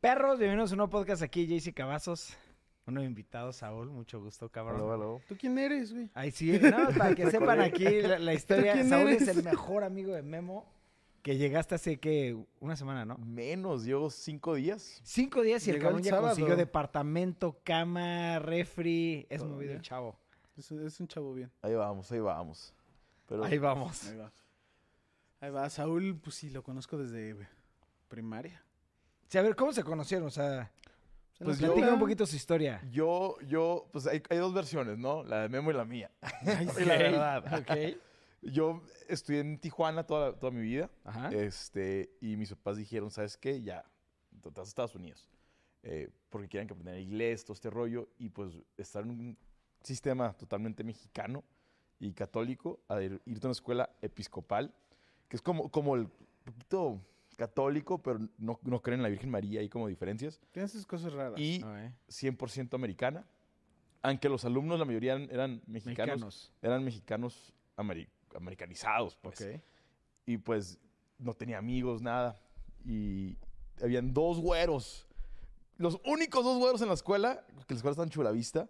Perros, bienvenidos a un nuevo podcast aquí, JC Cavazos. Uno invitado, Saúl, mucho gusto, cabrón. Aló, aló. ¿Tú quién eres, güey? Ay, sí, no, para que sepan aquí la, la historia. quién Saúl eres? es el mejor amigo de Memo que llegaste hace que una semana, ¿no? Menos, llevo cinco días. Cinco días y el Llegó el cabrón ya sábado. consiguió departamento, cama, refri. Es Todo movido el bien. chavo. Es, es un chavo bien. Ahí vamos, ahí vamos. Pero Ahí vamos. Ahí va. Ahí va. Saúl, pues sí, lo conozco desde güey, primaria. Sí, a ver, ¿cómo se conocieron? O sea, Se Pues nos yo- platícame habla. un poquito su historia. yo, yo, pues hay, hay dos versiones, ¿no? La de Memo y la mía. Y la Ok, verdad. Ok. Yo estudié en Tijuana toda, toda mi vida. Ajá. Este, y mis papás dijeron, ¿sabes qué? Ya, te vas a Estados Unidos. Eh, porque querían que aprender inglés, todo este rollo. Y pues estar en un sistema totalmente mexicano y católico, a ir- irte a una escuela episcopal, que es como, como el poquito católico, pero no, no creen en la Virgen María, hay como diferencias. Tienen sus cosas raras. Y 100% americana. Aunque los alumnos, la mayoría eran, eran mexicanos, Mexicanos. Eran mexicanos ameri- americanizados, pues. Ok. Y pues no tenía amigos, nada. Y habían dos güeros. Los únicos dos güeros en la escuela, que la escuela está en Chulavista.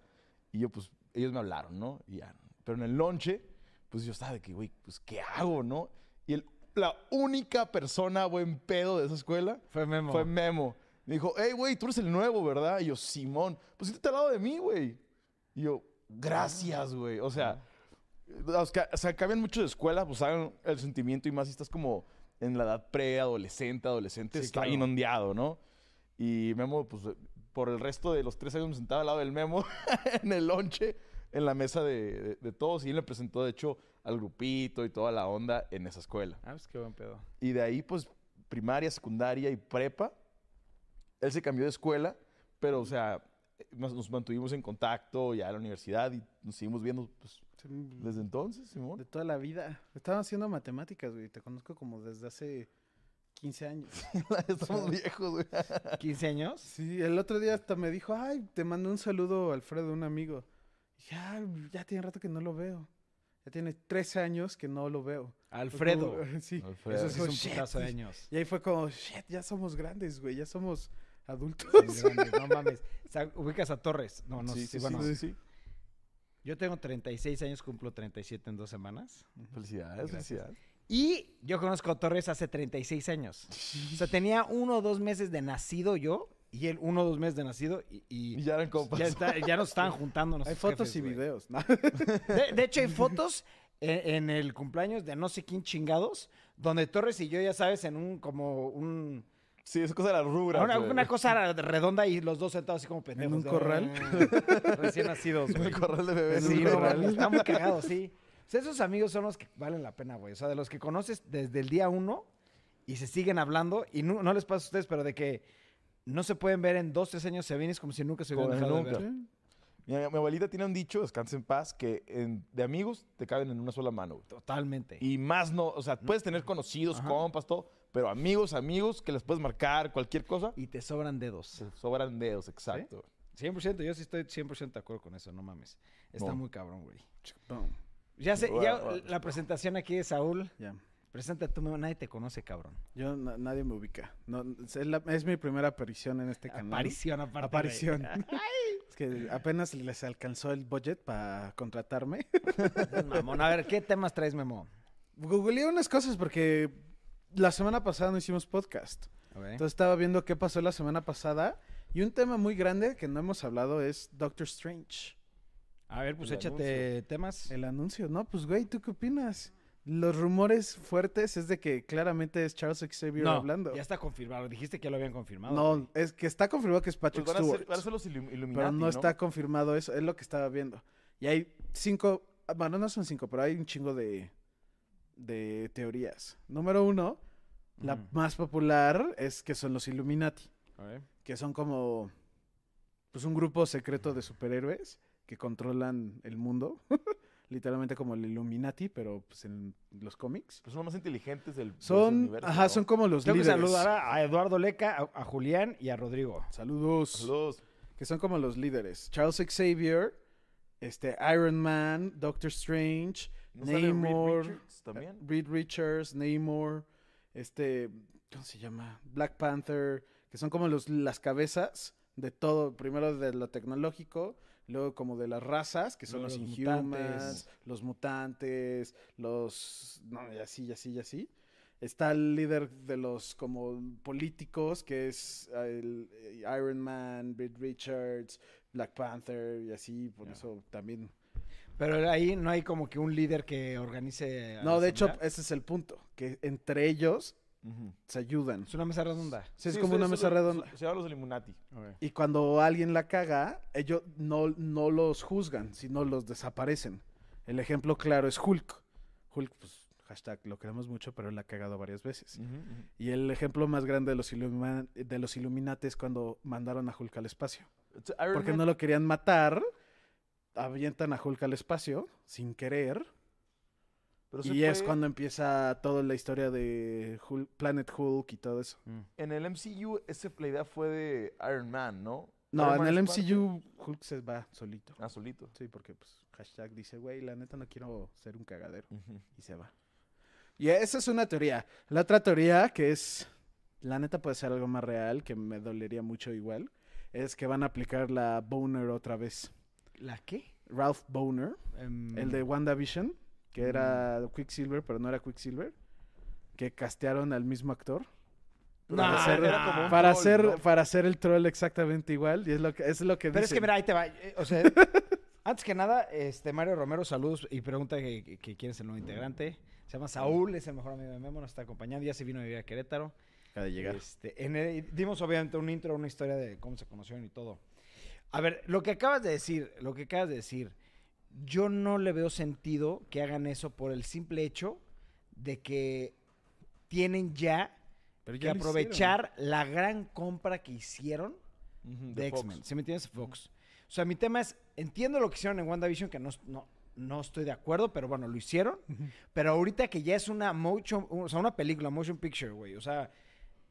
Y yo, pues, ellos me hablaron, ¿no? Y ya. Pero en el lonche, pues yo estaba de que, güey, pues, ¿qué hago, no? Y el- la única persona buen pedo de esa escuela Fue Memo. fue Memo. Me dijo, hey, güey, tú eres el nuevo, ¿verdad? Y yo, Simón, pues siéntate al lado de mí, güey. Y yo, gracias, güey. O sea, los que- o sea, cambian mucho de escuela, pues saben el sentimiento y más si estás como en la edad preadolescente, adolescente, Sí, está claro. inondeado, ¿no? Y Memo, pues por el resto de los tres años me sentaba al lado del Memo en el lonche, en la mesa de, de- de todos. Y él le presentó, de hecho, al grupito y toda la onda en esa escuela. Ah, pues qué buen pedo. Y de ahí, pues, primaria, secundaria y prepa. Él se cambió de escuela, pero, o sea, nos, nos mantuvimos en contacto ya a la universidad y nos seguimos viendo, pues, Sí, mm, desde entonces, Simón. De toda la vida. Estaba haciendo matemáticas, güey. Te conozco como desde hace 15 años. Estamos viejos, güey. ¿15 años? Sí, el otro día hasta me dijo, ay, te mando un saludo, Alfredo, un amigo. Y dije, "Ah, ya tiene rato que no lo veo. Ya tiene 13 años que no lo veo. Alfredo. Sí. Alfredo. Eso sí es Oh, un shit. putazo de años. Y ahí fue como, shit, ya somos grandes, güey, ya somos adultos. Son grandes, no mames. O sea, ubicas a Torres. No, no, sí, sí, sí, bueno. sí, sí, sí. Yo tengo 36 años, cumplo 37 en dos semanas. Felicidades, Gracias. felicidades. Y yo conozco a Torres hace 36 años. O sea, tenía uno o dos meses de nacido yo y él uno o dos meses de nacido y, y Y ya eran compas. ya, está- ya nos estaban juntando. Hay nuestros fotos jefes, y güey. videos, ¿no? De, de hecho, hay fotos en, en el cumpleaños de no sé quién chingados, donde Torres y yo, ya sabes, en un como un... Sí, es cosa de las rubras, Una, güey. una cosa redonda y los dos sentados así como pendejos. un de- corral? Recién nacidos, En güey. el corral de bebés. Sí, en no, un corral. mames, está muy cagado, sí. O sea, esos amigos son los que valen la pena, güey. O sea, de los que conoces desde el día uno y se siguen hablando y no, no les pasa a ustedes, pero de que no se pueden ver en dos, tres años se ven y es como si nunca se hubieran Como dejado nunca. de ver. mi, mi abuelita tiene un dicho, descansa en paz, que en- de amigos te caben en una sola mano, güey. Totalmente. Y más no, o sea, puedes tener conocidos, Ajá. compas, todo, pero amigos, amigos que les puedes marcar cualquier cosa, Y te sobran dedos. se sobran dedos, exacto. Pues 100%, yo sí estoy 100% de acuerdo con eso, no mames. Está No. muy cabrón, güey. Boom, Ya sé, ya Guau, guau. la presentación aquí de Saúl. ya. Presenta tú, nadie te conoce, cabrón. Yo, na- nadie me ubica. No, es, la- es mi primera aparición en este canal. Aparición, aparte. güey. Aparición. es que apenas les alcanzó el budget para contratarme. Mamón, a ver, ¿qué temas traes, Memo? Googleé unas cosas porque la semana pasada no hicimos podcast. A ver. Entonces estaba viendo qué pasó la semana pasada. Y un tema muy grande que no hemos hablado es Doctor Strange. A ver, pues El échate temas. El anuncio, no, pues güey, ¿tú qué opinas? Los rumores fuertes es de que claramente es Charles Xavier no, hablando. ya está confirmado. Dijiste que ya lo habían confirmado. güey. No, es que está confirmado que es Pues Patrick van, a Stewart, ser, van a ser los ilum- Illuminati, pero no, está confirmado eso, es lo que estaba viendo. Y hay cinco, ah, bueno, no son cinco, pero hay un chingo de, de teorías. Número uno, la Ujú. más popular es que son los Illuminati, A ver. que son como pues un grupo secreto de superhéroes que controlan el mundo, literalmente como el Illuminati, pero pues en los cómics. Pues son los más inteligentes del, de ese Son, universo, ajá, ¿no? son como Pues los Tengo que líderes. saludar a, a Eduardo Leca, a, a Julián y a Rodrigo. Saludos. Saludos. Que son como los líderes. Charles Xavier, este Iron Man, Doctor Strange, ¿No sale Reed Namor, Richards también? Reed Richards, Namor, este, ¿cómo se llama? Black Panther, que son como los, las cabezas de todo, primero de lo tecnológico, luego como de las razas, que son Luego los, los Inhumans, mutantes. los mutantes, los... No, y así, y así, y así. Está el líder de los como políticos, que es el, eh, Iron Man, Reed Richards, Black Panther, y así, por Ya. eso también... Pero ahí no hay como que un líder que organice. a No, la de hecho, asamblea. ese es el punto, que entre ellos Ujú. se ayudan. es una mesa redonda. Eh, Sí, es Sí, como se- una se- mesa se- redonda. Se llama los Illuminati. Y cuando alguien la caga, ellos no, no los juzgan, sino los desaparecen. El ejemplo claro es Hulk. Hulk, pues, hashtag, lo queremos mucho, pero él la ha cagado varias veces. Ujú, ujú. Y el ejemplo más grande de los, Illuma- de los Illuminati es cuando mandaron a Hulk al espacio. Entonces, Iron Porque Man- no lo querían matar, avientan a Hulk al espacio, sin querer. pero se Y es fue- cuando empieza toda la historia de Hulk- Planet Hulk y todo eso. En el MCU, ese, la idea fue de Iron Man, ¿no? No, Iron en Man el es parte- MCU Hulk se va solito. Ah, solito. Sí, porque pues hashtag dice, güey, la neta no quiero ser un cagadero. Ujú. Y se va. Y esa es una teoría. La otra teoría, que es, la neta puede ser algo más real, que me dolería mucho igual, es que van a aplicar la Boner otra vez. ¿La qué? Ralph Boner, Em, el de WandaVision, que era Mm. Quicksilver, pero no era Quicksilver, que castearon al mismo actor. Pero Nah, era- hacer- era como Ah, un Para troll, hacer, ¿no? para hacer el troll exactamente igual, y es lo que, es lo que Pero es que dicen. mira, ahí te va. eh, O sea, antes que nada, este Mario Romero, saludos y pregunta que, que- que quién es el nuevo integrante. Se llama Saúl, es el mejor amigo de Memo, nos está acompañando, ya se vino a vivir a Querétaro. Acaba de llegar. Este, en el- dimos obviamente un intro, una historia de cómo se conocieron y todo. A ver, lo que acabas de decir, lo que acabas de decir, yo no le veo sentido que hagan eso por el simple hecho de que tienen ya Pero que ya lo hicieron. aprovechar la gran compra que hicieron Ujú, de Fox. X-Men. Si me entiendes, Fox. O sea, mi tema es, entiendo lo que hicieron en WandaVision, que no, es- no, no estoy de acuerdo, pero bueno, lo hicieron. Pero ahorita que ya es una motion, o sea, una película, motion picture, güey. O sea,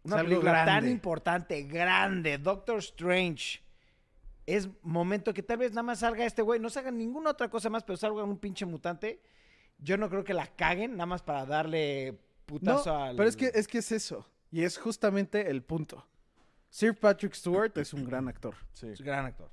una Es algo película tan grande. importante, grande, Doctor Strange. Es momento que tal vez nada más salga este güey, no salga ninguna otra cosa más, pero salga un pinche mutante. Yo no creo que la caguen nada más para darle No, putazo al... pero es que, es que es eso. Y es justamente el punto. Sir Patrick Stewart es un gran actor. Sí. Es gran actor.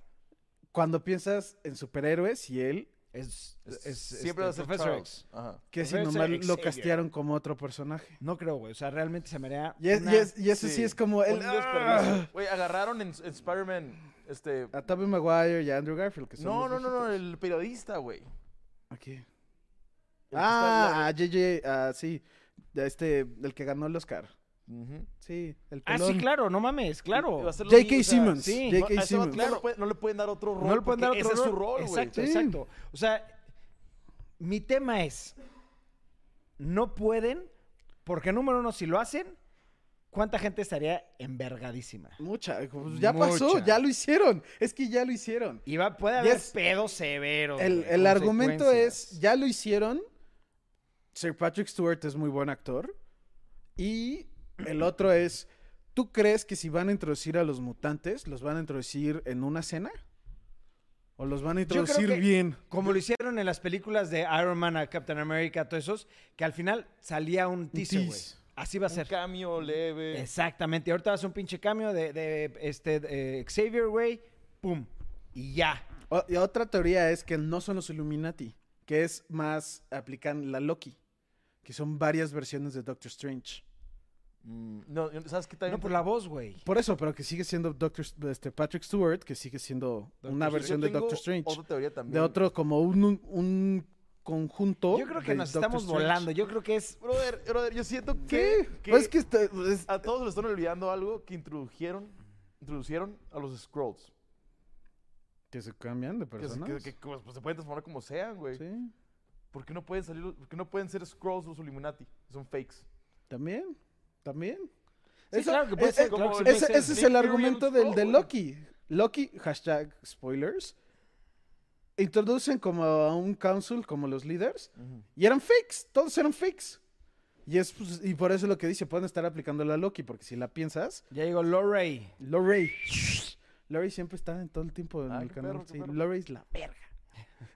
Cuando piensas en superhéroes y él, Es, es, Siempre va a este, ser Professor Charles. X. Ajá. que si Professor nomás lo Xavier. castearon como otro personaje. No creo, güey. O sea, realmente se me haría. Y, es- y una- es- y eso sí, es como Un el... "Ah, desperdicio. Güey, agarraron en, en Spider-Man, este... A Tobey Maguire y a Andrew Garfield, Ah, que son No, los no, no, no, viejitos. el periodista, güey. El ¿A quién? que Ah, a JJ, ah, sí. a Este, el que ganó el Oscar. está hablando. Ujú. Sí, el Ah, pelón. sí, claro, no mames, Va a claro. ser lo mismo, J.K. o sea, Simmons. sí, No, a J.K. ese vato Simmons. no le puede- no le pueden dar otro rol. No le pueden dar porque otro ese es su rol. rol, güey. Exacto, Sí. exacto. O sea, mi tema es. No pueden, porque número uno, si lo hacen, ¿cuánta gente estaría envergadísima? Mucha. pues ya pasó, Mucha. ya lo hicieron. Es que ya lo hicieron. Y va, puede Y haber es- pedos severos. El, güey, el argumento es, consecuencias. ya lo hicieron, Sir Patrick Stewart es muy buen actor, y el otro es, ¿tú crees que si van a introducir a los mutantes, los van a introducir en una cena? ¿O los van a creo introducir que- bien? Como lo hicieron en las películas de Iron Man, a Captain America, a todos esos, que al final salía un teaser, güey. tease. Así va a Un ser. cambio leve. Exactamente. Y ahorita vas a un pinche cambio de, de, este, de Xavier, güey. Pum. Y ya. O- y otra teoría es que no son los Illuminati, que es más, aplican la Loki, que son varias versiones de Doctor Strange. Mm, No, yo- ¿sabes qué también? No por la voz, güey. Por eso, pero que sigue siendo Doctor, este, Patrick Stewart, que sigue siendo una Pues Yo versión de tengo Doctor Strange. Otra teoría también. de otro como un, un- un conjunto. Mm. Yo creo que de nos Doctor estamos Strange. volando. Yo creo que es. Brother, brother, yo siento Sí, que, que pues es que está- es- a todos se les están olvidando algo que introdujeron, introducieron a los Scrolls. que se cambian de Que, se- personas. que- que- que, pues, se pueden transformar como sean, güey. Sí, ¿Por qué no pueden salir, los- por qué no pueden ser Scrolls los Illuminati? Son fakes. también, también. Sí, Eso- claro que puede eh, ser, eh, claro que sí puede ese ser. ese es el Nick Fury argumento es del de Thor, güey. Loki. Loki, hashtag spoilers, introducen como a un council, como los líderes, y eran fakes, todos eran fakes. Y, es, pues, y por eso lo que dice, pueden estar aplicando la Loki, porque si la piensas, Ya digo, Lorray. Lorray. Lorray siempre está en todo el tiempo en Ah, el qué canal. perro, qué sí, perro. Lorray es la verga.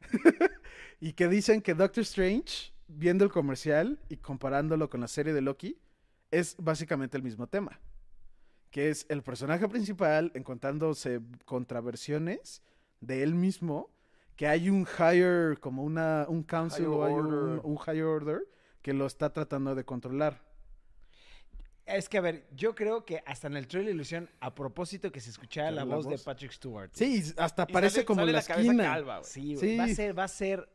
y que dicen que Doctor Strange, viendo el comercial y comparándolo con la serie de Loki, es básicamente el mismo tema. que es el personaje principal encontrándose contraversiones de él mismo, que hay un higher, como una, un council Higher o hay un, order. un higher order que lo está tratando de controlar. Es que, a ver, yo creo que hasta en el trailer ilusión, a propósito que se escuchara la, ¿La voz, de voz? Patrick Stewart. Sí, hasta Y parece sale- como sale la, cabeza esquina. calva, güey. Sí, güey. Va a Sí. ser, va a ser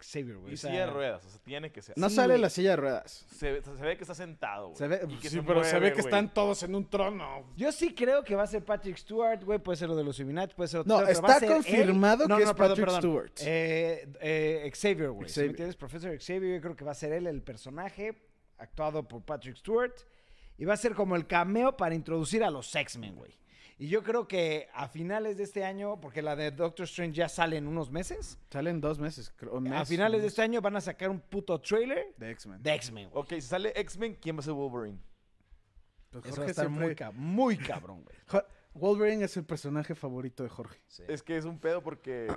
Xavier, güey. Y o sea, silla de ruedas, o sea, tiene que ser. No Sí, sale güey. la silla de ruedas. Se, ve- se ve que está sentado, güey. Se ve, Y que sí, pero se ve mueve, que güey. están todos en un trono. Yo sí creo que va a ser Patrick Stewart, güey. Puede ser lo de los Illuminati, puede ser otro. No, pero va a está ser él. confirmado que es Patrick Stewart. Eh, eh, Xavier, güey. ¿sí me Xavier. entiendes? Professor Xavier, yo creo que va a ser él el personaje, actuado por Patrick Stewart. Y va a ser como el cameo para introducir a los X-Men, güey. Y yo creo que a finales de este año, porque la de Doctor Strange ya sale en unos meses, Salen dos meses, creo. un a mes, finales un de mes. este año van a sacar un puto trailer de X-Men. de X-Men, güey. Ok, si sale X-Men, ¿quién va a ser Wolverine? Pues Eso va a Jorge estar muy, siempre- cab- muy cabrón, güey. Jo- Wolverine es el personaje favorito de Jorge. Es que es un pedo porque.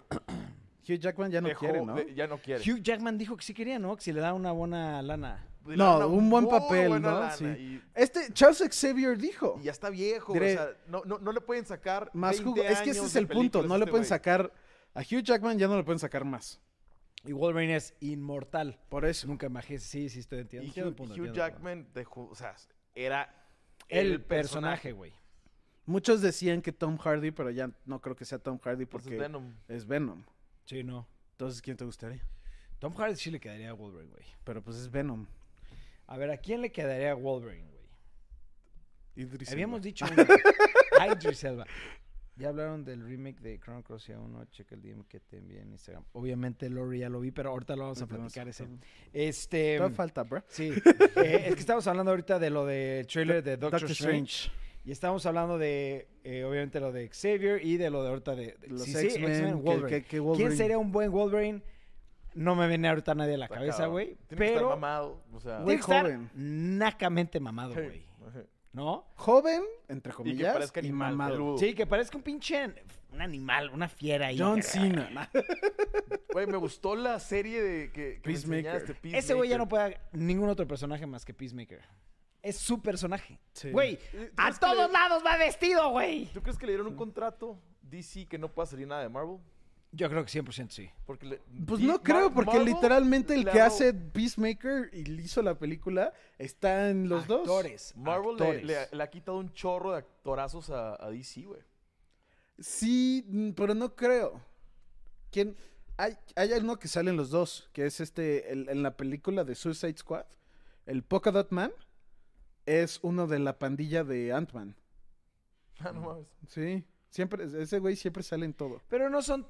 Hugh Jackman ya no dejó- quiere, ¿no? de- ya no quiere. Hugh Jackman dijo que sí quería, ¿no? Que si le da una buena lana. Le No, dan una un buen Pues, muy papel, buena ¿no? lana Sí. y- Este Charles Xavier dijo. Y ya está viejo, Diré- o sea, no, no, no le pueden sacar Más 20 jugo- Es que ese años es de el punto. películas No a le este pueden güey. sacar. A Hugh Jackman ya no le pueden sacar más. Y Wolverine es inmortal. Por eso. Nunca imaginé. Sí, sí, estoy Y entiendo. Hugh, entiendo el punto, Hugh entiendo el punto. Jackman dejó, o sea, era El, personaje, güey. Muchos decían que Tom Hardy, pero ya no creo que sea Tom Hardy pues, Entonces, porque Pues Venom. es Venom. Sí, no. Entonces, ¿quién te gustaría? Tom Hardy sí le quedaría a Wolverine, güey. Pero pues es Venom. A ver, ¿a quién le quedaría a Wolverine, güey? Idris Habíamos Elba. dicho uno. A Idris Elba. Ya hablaron del remake de Chrono Cross y aún no checa el DM que te envié en Instagram. Obviamente Lori ya lo vi, pero ahorita lo vamos a Ahorita vamos platicar a ese. platicar. Este Todavía falta, bro. Sí. Eh, es que estamos hablando ahorita de lo del trailer de Doctor, Strange. Y estamos hablando de, eh, obviamente, lo de Xavier y de lo de ahorita de, de- Los sí, sí, X-Men, que- Wolverine. que- que Wolverine. ¿Quién sería un buen Wolverine? No me viene ahorita nadie a la Está cabeza, cabrón. güey. Tiene que estar Pero mamado, o sea, tiene que estar Muy joven. nacamente mamado, sí, güey. ajá. ¿No? Joven, entre Y que comillas, parezca y, animal, mamado. peludo. Sí, que parezca un pinche un animal, una fiera ahí. John Cena. Güey, me gustó la serie de que, que me Peacemaker. enseñaste, Ese güey ya no Peacemaker. puede ningún otro personaje más que Peacemaker. Es su personaje. Sí. Güey, Eh, a ¿tú crees que le- todos lados va vestido, güey. ¿Tú crees que le dieron un contrato DC que no pueda salir nada de Marvel? Yo creo que 100% sí. Porque le- Pues Di- no creo, Mar- porque Marvel literalmente el le que ro- hace Peacemaker y le hizo la película está en los Actores, Marvel le, actores. le- le ha quitado un chorro de actorazos a, a DC, güey. dos. Sí, mm, pero no creo. ¿Quién? Hay, hay uno que sale en los dos, que es este, el- en la película de Suicide Squad, el Polka Dot Man es uno de la pandilla de Ant-Man. Ah, no mames. Sí, siempre, ese güey siempre sale en todo. Pero no son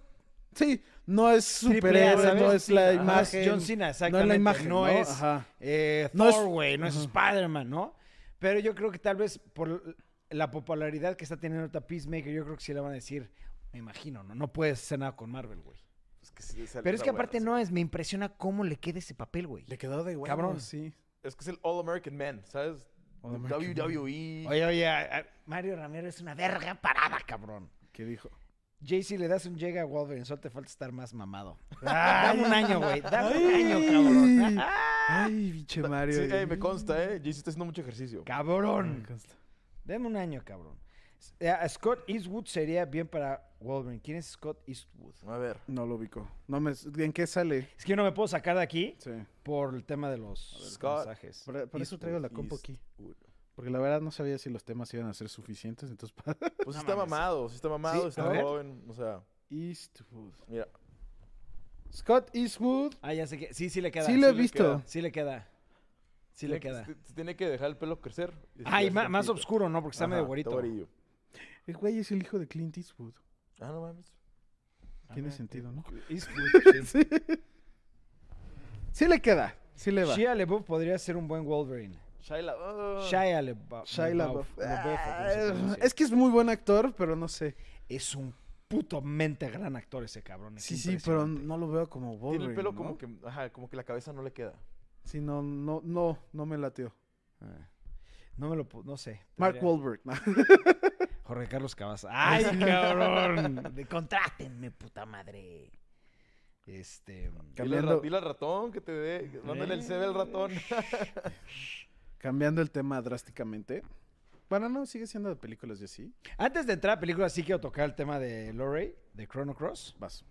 Sí, no es triple A, superhéroe, ¿sabes? no es la Ajá, es imagen. John Cena, no es exactamente. la imagen, No, ¿no? es Ajá. eh, No es- Thor, güey, no es Spider-Man, ¿no? Pero yo creo que tal vez por la popularidad que está teniendo ahorita Peacemaker, yo creo que sí le van a decir, me imagino, ¿no? No puedes hacer nada con Marvel, güey. Es que sí, Pero es que aparte no es, me impresiona cómo le queda ese papel, güey. Le quedó de huevos, Cabrón. sí. Es que es el All American Man, ¿sabes? E. All American WWE. Oye, oye, a- a- Mario Ramiro es una verga parada, cabrón. ¿Qué dijo? JC, le das un llega a Wolverine, solo te falta estar más mamado. Ah, Dame un año, güey. Dame un año, cabrón. Ay, biche Mario. Sí, eh, me consta, ¿eh? JC está haciendo mucho ejercicio. Cabrón. Me consta. Deme un año, cabrón. S- eh, a Scott Eastwood sería bien para Wolverine. ¿Quién es Scott Eastwood? A ver. No lo ubico. No me... ¿En qué sale? Es que yo no me puedo sacar de aquí Sí. por el tema de los ver, los Scott. mensajes. Por, por eso Eastwood, traigo la compu East- aquí. Uy. Porque la verdad no sabía si los temas iban a ser suficientes, entonces... pa- Pues No está mames. mamado, sí está mamado, Sí, a está ver. joven, o sea, Eastwood. mira. Scott Eastwood. Ah, ya sé que. Sí, sí le queda. sí lo he sí le visto. queda. Sí le queda. Sí le tiene que- queda. se- se tiene que dejar el pelo crecer. y se Ay, queda ma- así más cortito. oscuro, ¿no? Porque está Ajá, medio güerito. amarillo. El güey es el hijo de Clint Eastwood. Ah, no mames. Tiene sentido, ¿no? Eastwood. sí. eh, Sí. Sí le queda. Sí le va. Shia LaBeouf podría ser un buen Wolverine. Shia ah, LaBeouf. Shia LaBeouf. Shia LaBeouf, o LaBeouf. como se Ah, pronuncia. Es que es muy buen actor, pero no sé. Es un puto mente gran actor ese cabrón. es Sí, sí, pero impresionante. no lo veo como Tiene Wolverine. el pelo ¿no? como que, ajá, como que la cabeza no le queda. Sí, no, no, no, no me latió. Ah. No me lo pu- no sé. Mark tendría- Wahlberg. Jorge Carlos Cabaza. ¡Ay, cabrón! De- Contrátenme, puta madre. Este. Dile al, Cambiando- ra- dile al ratón que te dé, mándale el CV al ratón. Cambiando el tema drásticamente. Bueno, no, sigue siendo de películas y así. Antes de entrar a películas, sí quiero tocar el tema de Lorey, de Chrono Cross. Vas.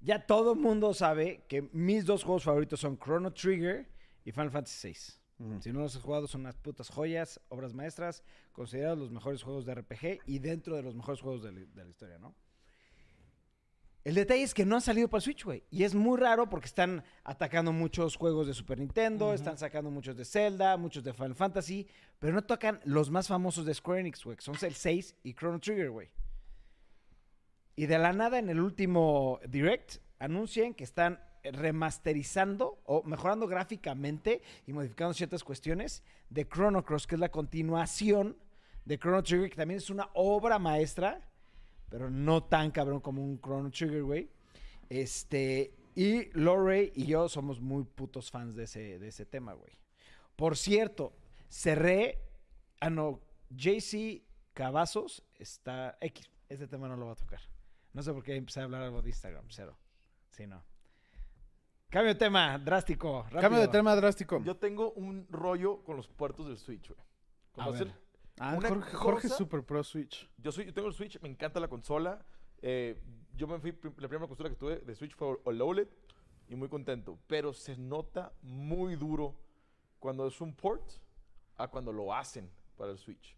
Ya todo el mundo sabe que mis dos juegos favoritos son Chrono Trigger y Final Fantasy VI. Ujú. Si no los has jugado, son unas putas joyas, obras maestras, considerados los mejores juegos de RPG y dentro de los mejores juegos de la, de la historia, ¿no? El detalle es que no han salido para Switch, güey. Y es muy raro porque están atacando muchos juegos de Super Nintendo, están sacando muchos de Zelda, muchos de Final Fantasy, pero no tocan los más famosos de Square Enix, güey, que son el 6 y Chrono Trigger, güey. Y de la nada, en el último Direct, anuncian que están remasterizando o mejorando gráficamente y modificando ciertas cuestiones de Chrono Cross, que es la continuación de Chrono Trigger, que también es una obra maestra, pero no tan cabrón como un Chrono Trigger, güey. Este, y Lorey y yo somos muy putos fans de ese, de ese tema, güey. Por cierto, cerré. Ah, no. JC Cavazos está. X. Este tema no lo va a tocar. No sé por qué empecé a hablar algo de Instagram. Cero. Sí, no. Cambio de tema, drástico. rápido. Cambio de tema drástico. Yo tengo un rollo con los puertos del Switch, güey. Con A hacer- ver. Ah, una Jorge, Jorge es cosa- Super Pro Switch. Yo, soy, yo tengo el Switch, me encanta la consola. eh, yo me fui, prim- la primera consola que tuve de Switch fue el OLED y muy contento. Pero se nota muy duro cuando es un port a cuando lo hacen para el Switch.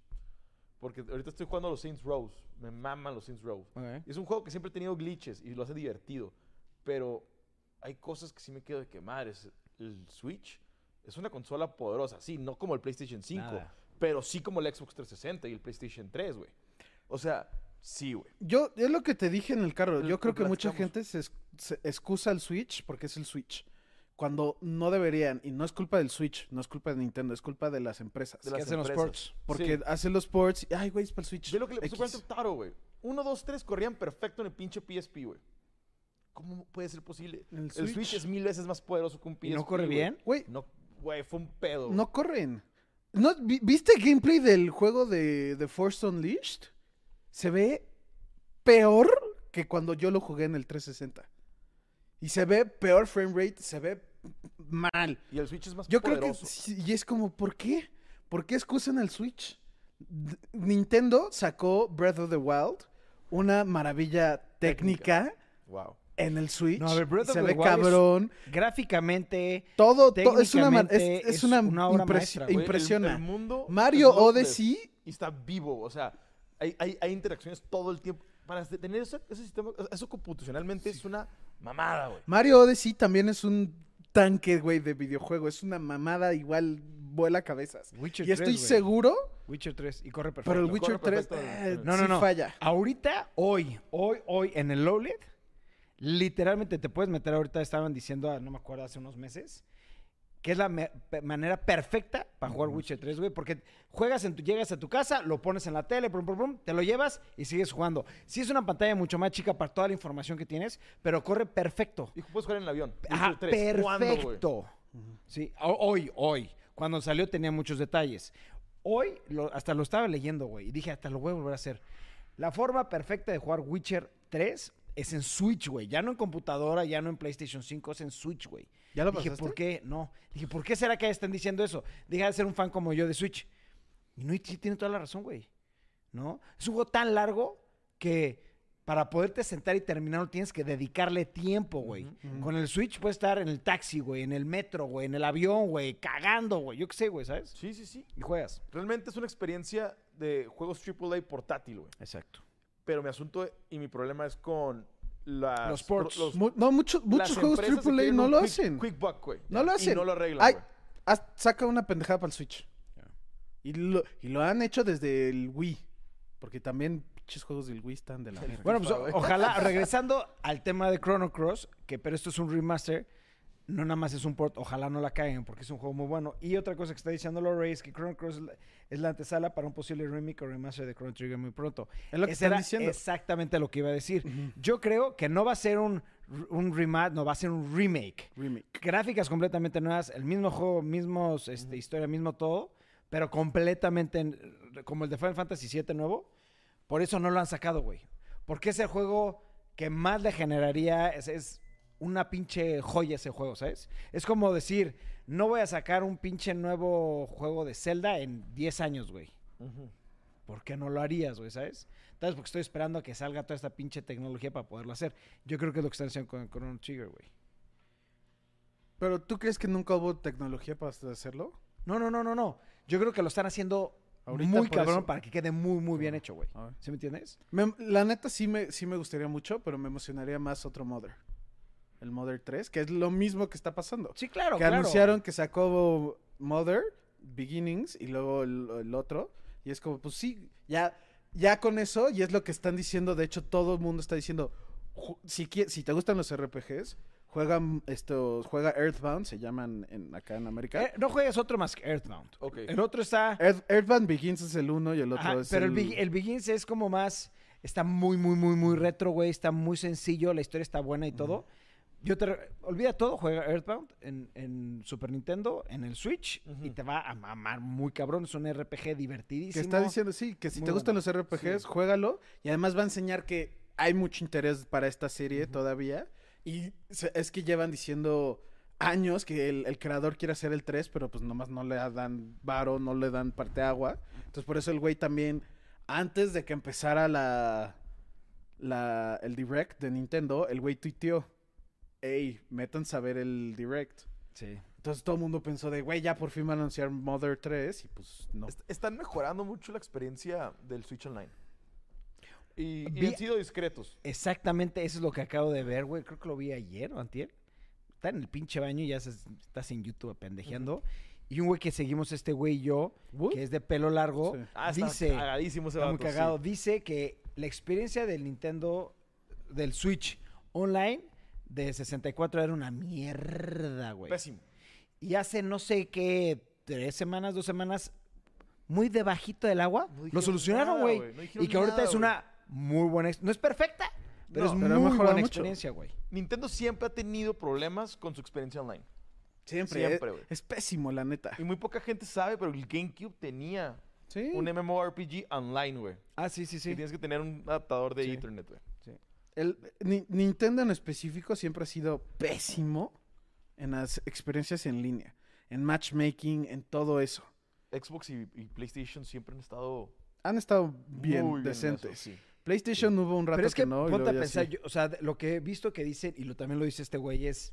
Porque ahorita estoy jugando a los Saints Row. Me maman los Saints Row. Y Es un juego que siempre ha tenido glitches y lo hace divertido. Pero hay cosas que sí me quedo de que madres. El Switch es una consola poderosa. Sí, no como el PlayStation 5, Nada. pero sí como el Xbox 360 y el PlayStation 3, güey. O sea, sí, güey. Yo, es lo que te dije en el carro. Lo- Yo Eh, lo creo que mucha platicamos. gente se, es- se excusa al Switch porque es el Switch. Cuando no deberían, y no es culpa del Switch, no es culpa de Nintendo, es culpa de las empresas. De ¿Qué las hacen los empresas. ports? Porque Sí. hacen los ports y, ay, güey, es para el Switch. Ve lo que le pasó a Grand X". Theft Auto, güey. Uno, dos, tres corrían perfecto en el pinche PSP, güey. ¿Cómo puede ser posible? El El Switch, Switch. es mil veces más poderoso que un PSP. ¿Y no corre güey. bien? Güey, No, güey, fue un pedo. güey. no corren. ¿No, vi- ¿Viste gameplay del juego de, de Force Unleashed? Se ve peor que cuando yo lo jugué en el 360. Y se ve peor frame rate, se ve mal. Y el Switch es más Yo creo que. poderoso. sí, Y es como, ¿por qué? ¿Por qué excusan el Switch? D- Nintendo sacó Breath of the Wild, una maravilla técnica, Wow. en el Switch. No, a ver, Breath y of se the ve Wild es- cabrón. Gráficamente. Todo, todo es una, mar- es, técnicamente es es una, una obra impresi- maestra, güey. Güey, el- impresiona. el mundo Mario es lootless Odyssey. Y está vivo, o sea, hay, hay- hay interacciones todo el tiempo. Para se- tener ese, ese sistema, eso computacionalmente es una mamada, güey. Mario Odyssey también es un tanque, güey, de videojuego. Es una mamada igual vuela cabezas. Witcher y estoy 3, güey. seguro, Witcher 3 y corre perfecto. pero el corre Witcher 3 perfecto en- eh, en- No, sí no, no. falla. Ahorita, hoy, hoy, hoy, en el OLED, literalmente te puedes meter. Ahorita estaban diciendo, ah, no me acuerdo, hace unos meses, que es la me- pe- manera perfecta para jugar Witcher 3, güey. Porque juegas, en tu, llegas a tu casa, lo pones en la tele, pum, pum, pum, te lo llevas y sigues jugando. Sí es una pantalla mucho más chica para toda la información que tienes, pero corre perfecto. Y puedes jugar en el avión. Ajá, Witcher 3, ¿cuándo, güey? perfecto. Sí, ho- hoy, hoy. Cuando salió tenía muchos detalles. Hoy lo- hasta lo estaba leyendo, güey. Y dije, hasta lo voy a volver a hacer. La forma perfecta de jugar Witcher 3 es en Switch, güey. Ya no en computadora, ya no en PlayStation 5, es en Switch, güey. ¿Ya lo Dije, pasaste? ¿por qué? No. Dije, ¿por qué será que están diciendo eso? Deja de ser un fan como yo de Switch. Y no, y sí tiene toda la razón, güey. ¿No? Es un juego tan largo que para poderte sentar y terminarlo tienes que dedicarle tiempo, güey. Con el Switch puedes estar en el taxi, güey, en el metro, güey, en el avión, güey, cagando, güey. Yo qué sé, güey, ¿sabes? Sí, sí, sí. Y juegas. Realmente es una experiencia de juegos AAA portátil, güey. Exacto. Pero mi asunto y mi problema es con las, Los ports. los- Mu- no, mucho- las muchos juegos empresas que AAA quieren no un lo quick- hacen. Quick buck, güey. No lo hacen. Y no lo arreglan, Ay, güey. haz- saca una pendejada para el Switch. Y, lo, y lo han hecho desde el Wii. Porque también pinches juegos del Wii están de la verga. Bueno, pues FIFA, güey. o- ojalá, regresando al tema de Chrono Cross, que pero esto es un remaster, no nada más es un port, ojalá no la caigan porque es un juego muy bueno. Y otra cosa que está diciendo Lorray es que Chrono Cross es la, es la antesala para un posible remake o remaster de Chrono Trigger muy pronto. Es lo que Ese están era diciendo. exactamente lo que iba a decir. Yo creo que no va a ser un, r- un remaster, no va a ser un remake. Remake. Gráficas completamente nuevas, el mismo juego, mismos este, historia, mismo todo, pero completamente en- como el de Final Fantasy VII nuevo. Por eso no lo han sacado, güey. Porque es el juego que más le generaría. Es, es una pinche joya ese juego, ¿sabes? Es como decir, no voy a sacar un pinche nuevo juego de Zelda en 10 años, güey. ¿Por qué no lo harías, güey, sabes? Tal vez porque estoy esperando a que salga toda esta pinche tecnología para poderlo hacer. Yo creo que es lo que están haciendo con Chrono Trigger, güey. Pero ¿tú crees que nunca hubo tecnología para hacerlo? No, no, no, no, no. Yo creo que lo están haciendo Ahorita muy por cabrón eso. Ah. para que quede muy, muy bien hecho, güey. A ver. ¿Sí me entiendes? Me- la neta sí me, sí me gustaría mucho, pero me emocionaría más otro Mother. El Mother 3, que es lo mismo que está pasando. Sí, claro, que claro. anunciaron que sacó Mother, Beginnings y luego el, el otro. Y es como, pues sí, ya, ya con eso, y es lo que están diciendo. De hecho, todo el mundo está diciendo, ju- si, qui- si te gustan los RPGs, juega, mm, esto, juega Earthbound, se llaman en- acá en América. Eh, no juegues otro más que Earthbound. Ok. El otro está... Earth- Earthbound Begins es el uno y el otro Ajá, es pero el, el... Begi- el Begins es como más. Está muy, muy, muy, muy retro, güey. Está muy sencillo. La historia está buena y todo. Yo te. re- Olvida todo. Juega Earthbound en, en Super Nintendo, en el Switch. Y te va a mamar muy cabrón. Es un RPG divertidísimo. Que está diciendo, sí, que si Muy te gustan bueno. los RPGs, juégalo. Y además va a enseñar que hay mucho interés para esta serie todavía. Y se- es que llevan diciendo años que el, el creador quiere hacer el 3, pero pues nomás no le dan varo, no le dan parte agua. Entonces por eso el güey también, antes de que empezara la, la, el direct de Nintendo, el güey tuiteó, hey, metan a ver el direct. Sí. Entonces todo el mundo pensó de, güey, ya por fin van a anunciar Mother 3 y pues no. Est- Están mejorando mucho la experiencia del Switch Online. Y, y Vi- han sido discretos. Exactamente. Eso es lo que acabo de ver, güey. Creo que lo vi ayer o antier. Está en el pinche baño y ya se, estás en YouTube pendejeando. Y un güey que seguimos, este güey y yo, Wood. que es de pelo largo, Sí. Ah, está dice. cagadísimo ese Está muy vato, sí. cagado. Dice que la experiencia del Nintendo, del Switch online de 64 era una mierda, güey. Pésimo. Y hace no sé qué, tres semanas, dos semanas, muy debajito del agua, No lo dijeron solucionaron, nada, güey. güey. No dijeron y que ahorita nada, es una muy buena ex- No es perfecta, pero No, es pero ha muy mejorado buena mucho. experiencia, güey. Nintendo siempre ha tenido problemas con su experiencia online. Siempre. Siempre, eh, güey. es, pésimo, la neta. Y muy poca gente sabe, pero el GameCube tenía Sí. un MMORPG online, güey. Ah, sí, sí, Y sí. tienes que tener un adaptador de Sí. Ethernet, güey. El, Ni- Nintendo en específico siempre ha sido pésimo en las experiencias en línea, en matchmaking, en todo eso. Xbox y, y PlayStation siempre han estado Han estado bien muy en eso, decentes. sí. PlayStation hubo un rato Pero es que, que no. y ponte luego a ya pensar, sí. yo- o sea, de- lo que he visto que dicen, y lo, también lo dice este güey, es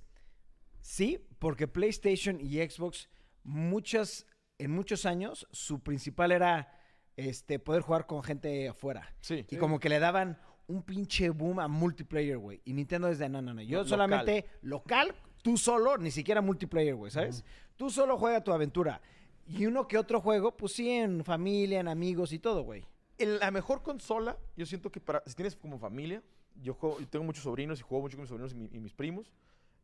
sí, porque PlayStation y Xbox, muchas, en muchos años, su principal era este poder jugar con gente afuera. Sí. Y como que le daban un pinche boom a multiplayer, güey. Y Nintendo desde no, no, no. Yo Lo- solamente local, tú solo, ni siquiera multiplayer, güey, ¿sabes? Tú solo juega tu aventura. Y uno que otro juego, pues sí, en familia, en amigos y todo, güey. en la mejor consola, yo siento que para, si tienes como familia, yo, juego- yo tengo muchos sobrinos y juego mucho con mis sobrinos y, mi- y mis primos,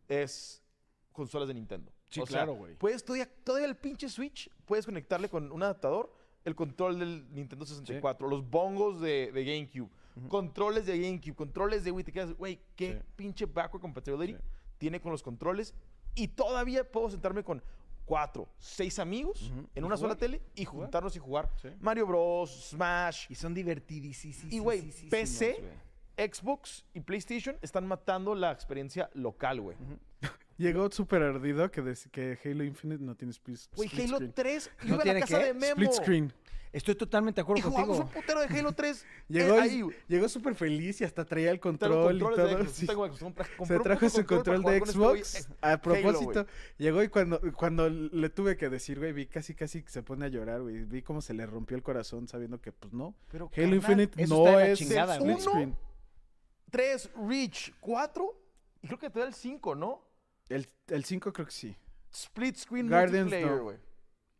es consolas de Nintendo. Sí, sea, claro, güey. Puedes todavía, todavía el pinche Switch, puedes conectarle con un adaptador el control del Nintendo 64, los bongos de, de GameCube, controles de GameCube, controles de Wii, te quedas, güey, qué Sí. pinche backward compatibility tiene con los controles y todavía puedo sentarme con cuatro, seis amigos en una sola tele y juntarnos y jugar Sí. Mario Bros, Smash, Y son divertidísimos. y, güey, PC, Xbox y PlayStation están matando la experiencia local, güey. Llegó súper ardido que, des- que Halo Infinite no tiene split, Güey, split Halo screen. 3, ¿No yo iba a la tiene casa qué? de Memo. Split screen. Estoy totalmente de Y acuerdo jugamos un contigo. putero de Halo 3. eh, Llegó, ahí, güey. llegó súper feliz y hasta traía el Tengo los control y controles de todo. Xbox, sí. tengo Xbox, compra- compré Se un trajo puto su control para jugar de con Xbox. este güey, eh, a propósito, Halo, güey. llegó y cuando, cuando le tuve que decir, güey, vi casi casi que se pone a llorar, güey. Vi cómo se le rompió el corazón sabiendo que, pues no. Pero, Halo carnal, Infinite eso no está de la es chingada, split güey. screen. Uno. 3, Reach, 4 y creo que te da el 5, ¿no? El, el 5 creo que sí. Split screen Guardians, multiplayer, no. güey.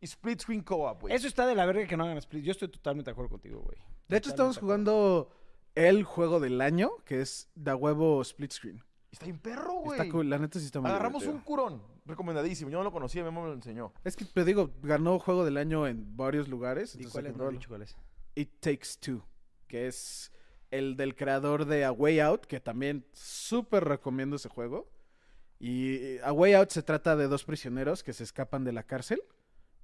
Y split screen co-op, güey. Eso está de la verga que no hagan split. Yo estoy totalmente de acuerdo contigo, güey. De Totalmente hecho, estamos de acuerdo. jugando el juego del año, que es da huevo split screen. Está bien perro, güey. Está cool, la neta sí está muy Agarramos un divertido. curón, recomendadísimo. Yo no lo conocía, Memo me lo enseñó. Es que te digo, ganó juego del año en varios lugares. ¿Y entonces cuál hay es, que no has probarlo. dicho cuál es? It Takes Two, que es el del creador de A Way Out, que también súper recomiendo ese juego. Y eh, A Way Out se trata de dos prisioneros que se escapan de la cárcel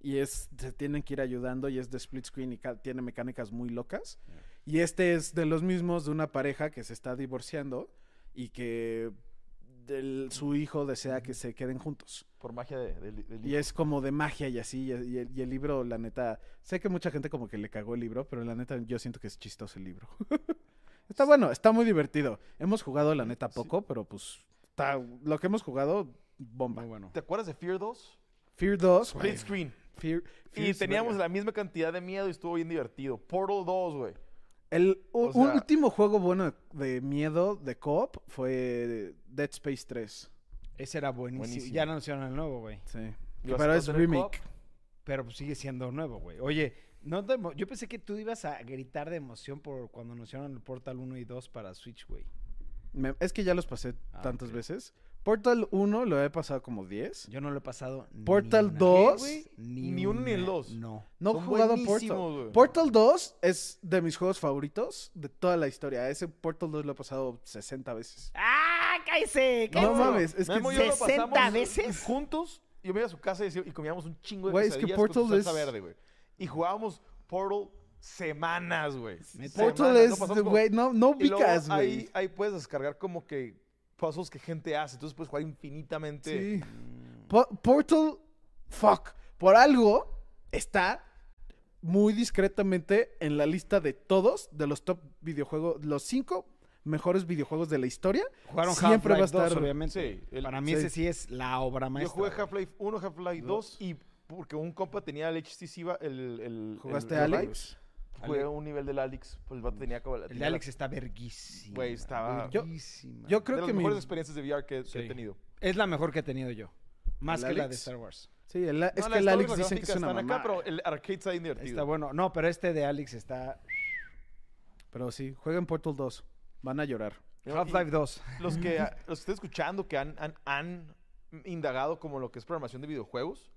y es, se tienen que ir ayudando y es de split screen y ca- tiene mecánicas muy locas. Y este es de los mismos de una pareja que se está divorciando y que del- su hijo desea que se queden juntos. Por magia de, del- del Y es como de magia y así. Y, y el, y el libro, la neta, sé que mucha gente como que le cagó el libro, pero la neta yo siento que es chistoso el libro. está bueno, está muy divertido. Hemos jugado la neta Sí. poco, pero pues está- lo que hemos jugado, bomba. Muy bueno. ¿Te acuerdas de Fear 2? Fear 2. Split güey. Screen. Fear- Pues, Fear Y es teníamos verga. la misma cantidad de miedo y estuvo bien divertido. Portal 2, güey. El u- o sea- último juego bueno de miedo de co-op fue Dead Space 3. Ese era buenísimo. Buenísimo. Ya anunciaron el nuevo, güey. Sí. ¿Y Que vas Pero a es tener co-op? remake. Pero pues, sigue siendo nuevo, güey. Oye, no te emo- yo pensé que tú ibas a gritar de emoción por cuando anunciaron el Portal 1 y 2 para Switch, güey. Me- es que ya los pasé Ah, tantas ok. veces. Portal 1 lo he pasado como 10. Yo no lo he pasado. ni Portal una 2, vez, ni uno ni el una, dos. No. No he Son jugado Portal. buenísimos, güey. Portal 2 es de mis juegos favoritos de toda la historia. Ese Portal 2 lo he pasado 60 veces. ¡Ah, cállese! No cállese! mames, es que Memo y yo lo 60 pasamos veces. Juntos, yo me iba a su casa y, decía- y comíamos un chingo de Güey, es que quesadillas con su Portal salsa es- verde, güey. Y jugábamos Portal semanas, güey. Neta. Portal Semanas, es, lo pasamos de- como- güey, no, no Y luego ubicas, ahí, güey. ahí puedes descargar como que puzzles que gente hace. Entonces puedes jugar infinitamente. Sí. mm. Po- Portal, fuck. Por algo está muy discretamente en la lista de todos de los top videojuegos, los cinco mejores videojuegos de la historia. Jugaron Siempre va a Half-Life 2, estar- obviamente. Sí, el- para mí sí. ese sí es la obra Yo maestra. jugué güey. Half-Life 1, Half-Life 2 y porque un compa tenía el HTC, va- el, el- ¿Jugaste el- el Alex? Jugué un nivel del Alex, pues el vato tenía como... El de Alex está verguísima. Güey, estaba- Yo- verguísima. Yo creo de las que mi- mejores experiencias de VR que, que Sí. he tenido. Es la mejor que he tenido yo. Más ¿El que la de Alex? Star Wars. Sí, el- es No, que el las Alex torres dicen que es gráficas una están mamá. acá, pero el arcade está bien divertido. Está bueno. No, pero este de Alex está. Pero sí, jueguen Portal 2. Van a llorar. ¿no? Half-Life 2. Y Los que, los que estén escuchando que han, han, han indagado como lo que es programación de videojuegos,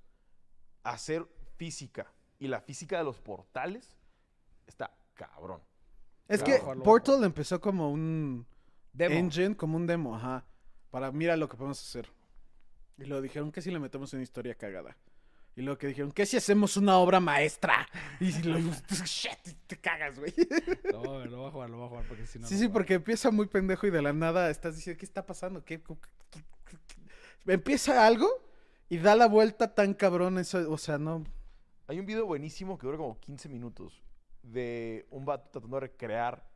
hacer física y la física de los portales está cabrón. Es Claro. que Ojalá, Portal empezó como un Demo. engine, como un demo, ajá. Para mira lo que podemos hacer. Y lo dijeron que si le metemos una historia cagada. Y luego que dijeron, ¿qué si hacemos una obra maestra? Y si lo shit, te cagas, güey. No, lo voy a jugar, lo voy a jugar porque si no. sí, no sí, juego. porque empieza muy pendejo y de la nada estás diciendo, ¿qué está pasando? ¿Qué, cu- qué- qué- qué?". Empieza algo y da la vuelta tan cabrón eso, o sea, no. Hay un video buenísimo que dura como 15 minutos de un vato tratando de recrear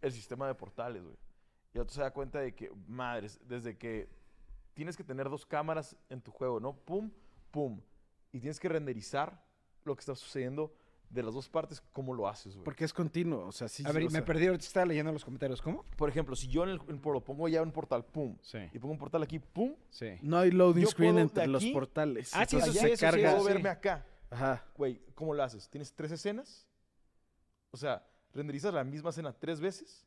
el sistema de portales, güey. Y el otro se da cuenta de que, madres, desde que tienes que tener dos cámaras en tu juego, ¿no? Pum, pum. Y tienes que renderizar lo que está sucediendo de las dos partes, ¿cómo lo haces, güey? Porque es continuo, o sea, sí. A ver, o y me sea, perdí, ahorita estaba leyendo los comentarios. ¿Cómo? Por ejemplo, si yo en el, en- lo pongo ya en un portal, pum, Sí. y pongo un portal aquí, pum, Sí. No hay loading Yo screen puedo de entre los aquí- portales. Ah, sí, eso entonces sí, se eso sí, carga- eso puedo sí. verme acá. Ajá. Güey, ¿cómo lo haces? ¿Tienes tres escenas? O sea, renderizas la misma escena tres veces.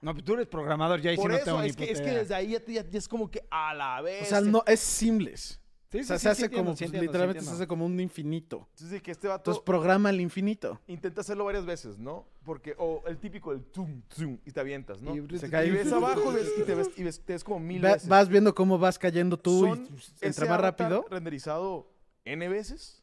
No, pero tú eres programador, ya y si Por no eso, tengo ni es, que, puta es que idea. desde ahí ya, te- ya- ya es como que a la vez. O sea, no, es simples. Sí, O sí, sea, sí, sí, se hace entiendo, como, sí pues, entiendo, sí literalmente se entiendo. hace como un infinito. Entonces, de que este vato Entonces programa el infinito. intenta hacerlo varias veces, ¿no? Porque, o el típico, el zoom, zoom, y te avientas, ¿no? Y, Y- Se cae. ves abajo ves, y te ves, y ves, te ves como mil Va- veces. pues, vas viendo cómo vas cayendo tú ¿Son y pues, ese entre más avatar rápido. renderizado N veces?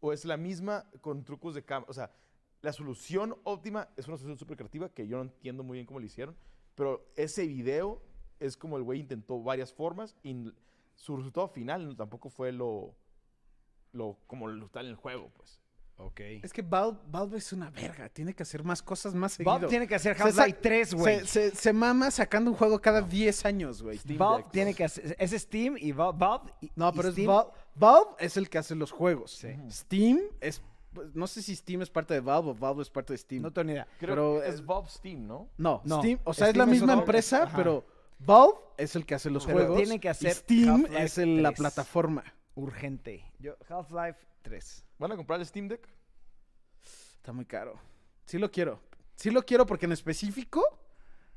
¿O es la misma con trucos de cámara? O sea, la solución óptima es una solución súper creativa que yo no entiendo muy bien cómo lo hicieron, pero ese video es como el güey intentó varias formas y n- su resultado final no- tampoco fue lo, lo como lo está en el juego, pues. Ok. Es que Valve, Valve es una verga. Tiene que hacer más cosas más seguido. Bob tiene que hacer Se sa- Half-Life 3, güey. Se, se- se mama sacando un juego cada 10 años, güey. Steam Bob Deck, tiene ¿no? que hacer. Es Steam y Bob. Bob y- No, y pero es Steam. Valve, Valve es el que hace los juegos. Sí. Steam es... pues, No sé si Steam es parte de Valve o Valve es parte de Steam. No tengo ni idea. Creo Pero, que eh, es Bob Steam, ¿no? No, No, Steam, o sea, es Steam la es misma otra- empresa, ajá. pero Valve es el que hace los Pero juegos. tiene que y hacer Steam Half-Life es el- la 3. plataforma. Urgente. Yo, Half-Life 3. ¿Van a comprar el Steam Deck? Está muy caro. Sí lo quiero. Sí lo quiero porque en específico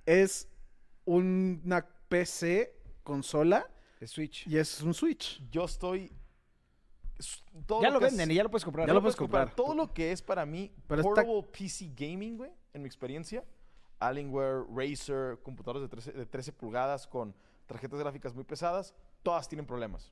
es una PC consola Es Switch. y es un Switch. Yo estoy... s- todo Ya lo que es- venden y ya lo puedes comprar. Ya ¿no? lo puedes comprar. Todo lo que es para mí Pero está- portable PC gaming, güey, en mi experiencia, Alienware, Razer, computadores de 13, de 13 pulgadas con tarjetas gráficas muy pesadas, todas tienen problemas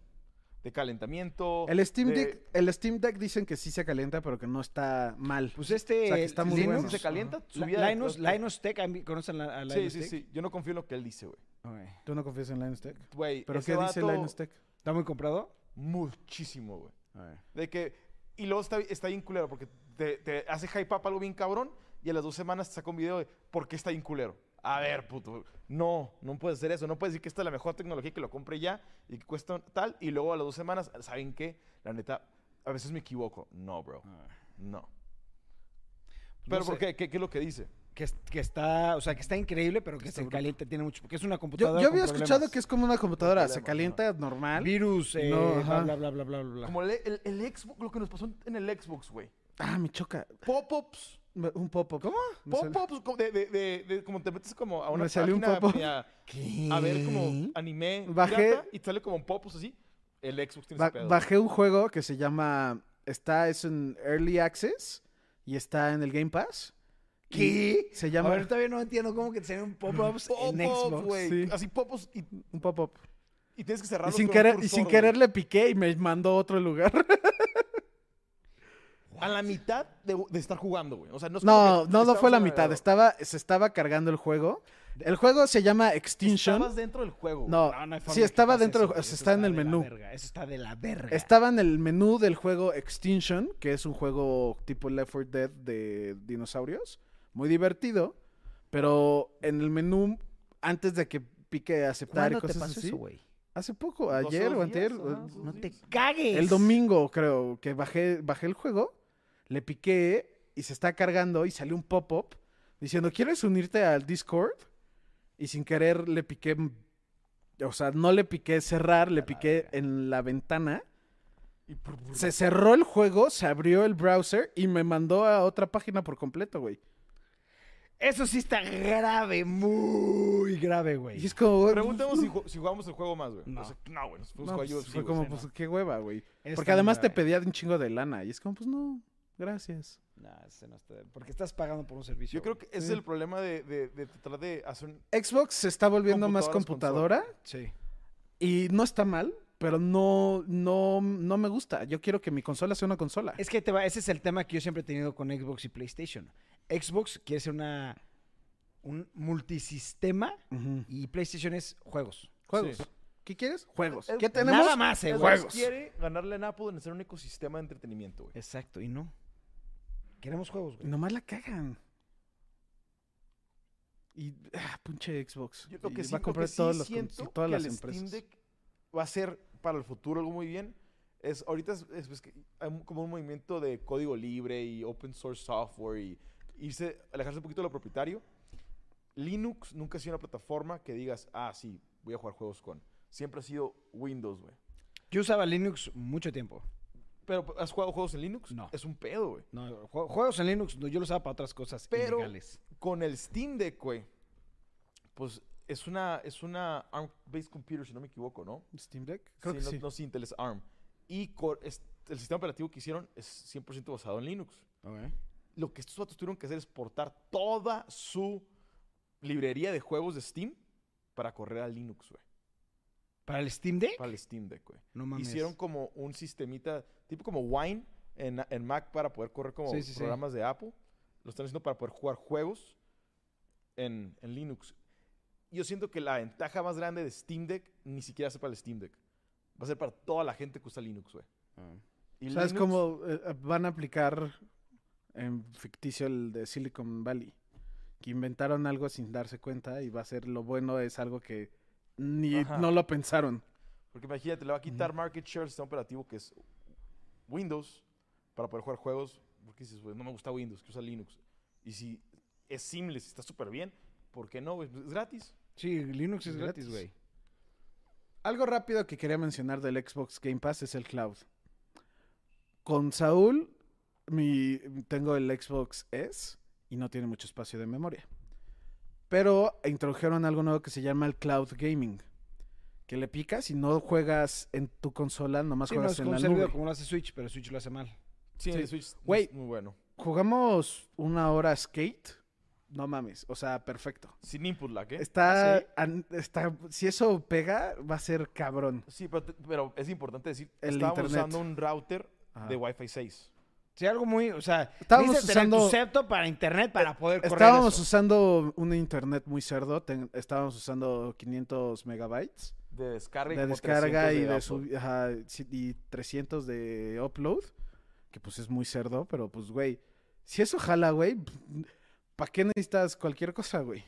de calentamiento. El Steam, de- Deck, el Steam Deck dicen que sí se calienta, pero que no está mal. Pues este. O sea, que está muy Linux, bueno. se calienta, Li- subida de- Linus, Linus Tech, ¿han vi- ¿conocen la- a Linus Sí, sí, Tech? sí. Yo no confío en lo que él dice, güey. Ok. ¿Tú no confías en Linus Tech? Güey, ¿Pero ese qué dice vato, Linus Tech? ¿Está muy comprado? Muchísimo, güey. De que, y luego está, está bien culero porque te, te hace hype up algo bien cabrón y a las dos semanas te saca un video de por qué está bien culero. A ver, puto, no, no puedes hacer eso. No puedes decir que esta es la mejor tecnología que lo compre ya y que cuesta tal. Y luego a las dos semanas, ¿saben qué? La neta, a veces me equivoco. No, bro, no. Pues ¿Pero por sé. qué? qué? qué es lo que dice? Que, es- que está, o sea, que está increíble, pero que Está se bruto. calienta, tiene mucho, porque es una Yo, computadora yo con había escuchado problemas. que es como una computadora, se problemas, calienta normal. virus, eh, No, bla, ajá. bla, bla, bla, bla, bla. Como el, el, el Xbox, lo que nos pasó en- en el Xbox, güey. Ah, me choca. Pop-ups. Me- Un pop-up. ¿Cómo? Pop-ups, como de, de, de, de- como te metes como a una Me salió un página pop-up. y a, a ver como anime Bajé- pirata y te sale como pop-ups así. El Xbox tiene ese pedo. bajé un juego que se llama. Está, es en Early Access y está en el Game Pass. ¿Qué? Se A llama ver, todavía no entiendo cómo que tienen pop-ups en Pop-ups, Xbox. güey. sí. Así pop-ups y, y un pop-up. tienes que cerrarlo Y sin, con un querer, y sin cursor, querer le piqué y me mandó a otro lugar. güey. A la mitad de, de estar jugando, güey. O sea, no es como No, que no, no estabas fue la en el mitad. navegador. Estaba, se estaba cargando el juego. El juego se llama Extinction. Estabas dentro del juego. güey. No, No, no hay forma sí, que estaba pase dentro eso, del güey, juego. eso Está en está el de la menú. verga, Eso está de la verga. Estaba en el menú del juego Extinction, que es un juego tipo Left 4 Dead de dinosaurios. Muy divertido. Pero en el menú, antes de que pique aceptar y ¿Cuándo te cosas pasó así. eso, güey? hace poco, Los ayer dos o antier. días, ajá, o- esos No te días. cagues. El domingo, creo, que bajé, bajé el juego, le piqué y se está cargando y salió un pop-up diciendo, ¿quieres unirte al Discord? Y sin querer le piqué, mm, o sea, no le piqué cerrar, le piqué en la ventana. Y pur- pur- Se cerró el juego, se abrió el browser y me mandó a otra página por completo, güey. Eso sí está grave, muy grave, Y güey. es como... güey, Preguntemos si, ju- si jugamos el juego más, güey. No. O sea, no, güey. Nos fuimos no, a pues, jugar UFC, fue güey. como, Sí, pues, no. qué hueva, güey. Eso Porque está muy además te grave. pedían un chingo de lana. Y es como, pues, no, gracias. No, ese no está. Porque estás pagando por un servicio. Yo creo güey. que ese es el problema de, de, de tratar de hacer un... Xbox se está volviendo más Computadoras, computadora. Sí. Y no está mal, pero no, no, no me gusta. Yo quiero que mi consola sea una consola. Es que ahí te va, ese es el tema que yo siempre he tenido con Xbox y PlayStation. Xbox quiere ser una un multisistema Ujú. y PlayStation es juegos. Juegos. Sí. ¿Qué quieres? Juegos. Eh, ¿Qué nada tenemos? Nada más, eh, Xbox güey. Juegos. quiere ganarle a Apple en hacer un ecosistema de entretenimiento, güey. Exacto, y no. Queremos juegos, güey. Nomás la cagan. Y ah, pinche Xbox. Yo lo Y que sí, va a lo comprar que sí todos los con- siento todas que las el empresas. Steam Deck va a ser para el futuro algo muy bien. Es, ahorita es, es- es que hay un- como un movimiento de código libre y open source software y irse, alejarse un poquito de lo propietario. Linux nunca ha sido una plataforma que digas, ah, sí, voy a jugar juegos con. Siempre ha sido Windows, güey. Yo usaba Linux mucho tiempo. Pero, pues, ¿has jugado juegos en Linux? No. Es un pedo, güey. No, jue- juegos en Linux no, yo los usaba para otras cosas Pero- ilegales. con el Steam Deck, güey, pues es una, es una ARM-based computer, si no me equivoco, ¿no? Steam Deck. Creo Sí, que no, sí. no es Intel, es ARM. Y cor- es- el sistema operativo que hicieron es 100% basado en Linux. Lo que estos vatos tuvieron que hacer es portar toda su librería de juegos de Steam para correr a Linux, güey. Para el Steam Deck, Para el Steam Deck, güey. no mames. Hicieron como un sistemita, tipo como Wine en, en Mac para poder correr como Sí, sí, sí. programas de Apple. Lo están haciendo para poder jugar juegos en, en Linux. Yo siento que la ventaja más grande de Steam Deck ni siquiera va a ser para el Steam Deck. Va a ser para toda la gente que usa Linux, güey. Y O sea, Linux- es como eh, eh, van a aplicar en ficticio el de Silicon Valley. Que inventaron algo sin darse cuenta y va a ser lo bueno es algo que ni Ajá. no lo pensaron. Porque imagínate, le va a quitar market share al sistema operativo que es Windows para poder jugar juegos. Porque dices, güey, no me gusta Windows, que usa Linux. Y si es seamless, está súper bien, ¿por qué no? güey? Es gratis. Sí, Linux es Es gratis, güey. gratis. Algo rápido que quería mencionar del Xbox Game Pass es el cloud. Con Saúl, mi, tengo el Xbox S y no tiene mucho espacio de memoria. Pero introdujeron algo nuevo que se llama el cloud gaming. Que le picas y no juegas en tu consola, nomás Sí, no juegas es como en un la nube. servidor como lo hace Switch, pero Switch lo hace mal. Sí, Sí. el Switch es Güey. muy bueno. Jugamos una hora skate. No mames, o sea, perfecto. Sin input lag, ¿eh? Está, ¿Sí? an- está, si eso pega, va a ser cabrón. Sí, pero, te- pero es importante decir, El estábamos internet. usando un router Ajá. de Wi-Fi 6. Sí, algo muy, o sea, Estábamos dices tener tu usando- Eh, septo para internet para poder correr Estábamos eso. usando un internet muy cerdo, ten- estábamos usando 500 megabytes De descarga y, de como descarga 300 y de upload. sub- ajá, sí, y 300 de upload, que pues es muy cerdo, pero pues güey, si eso jala, güey, ¿para qué necesitas cualquier cosa, güey?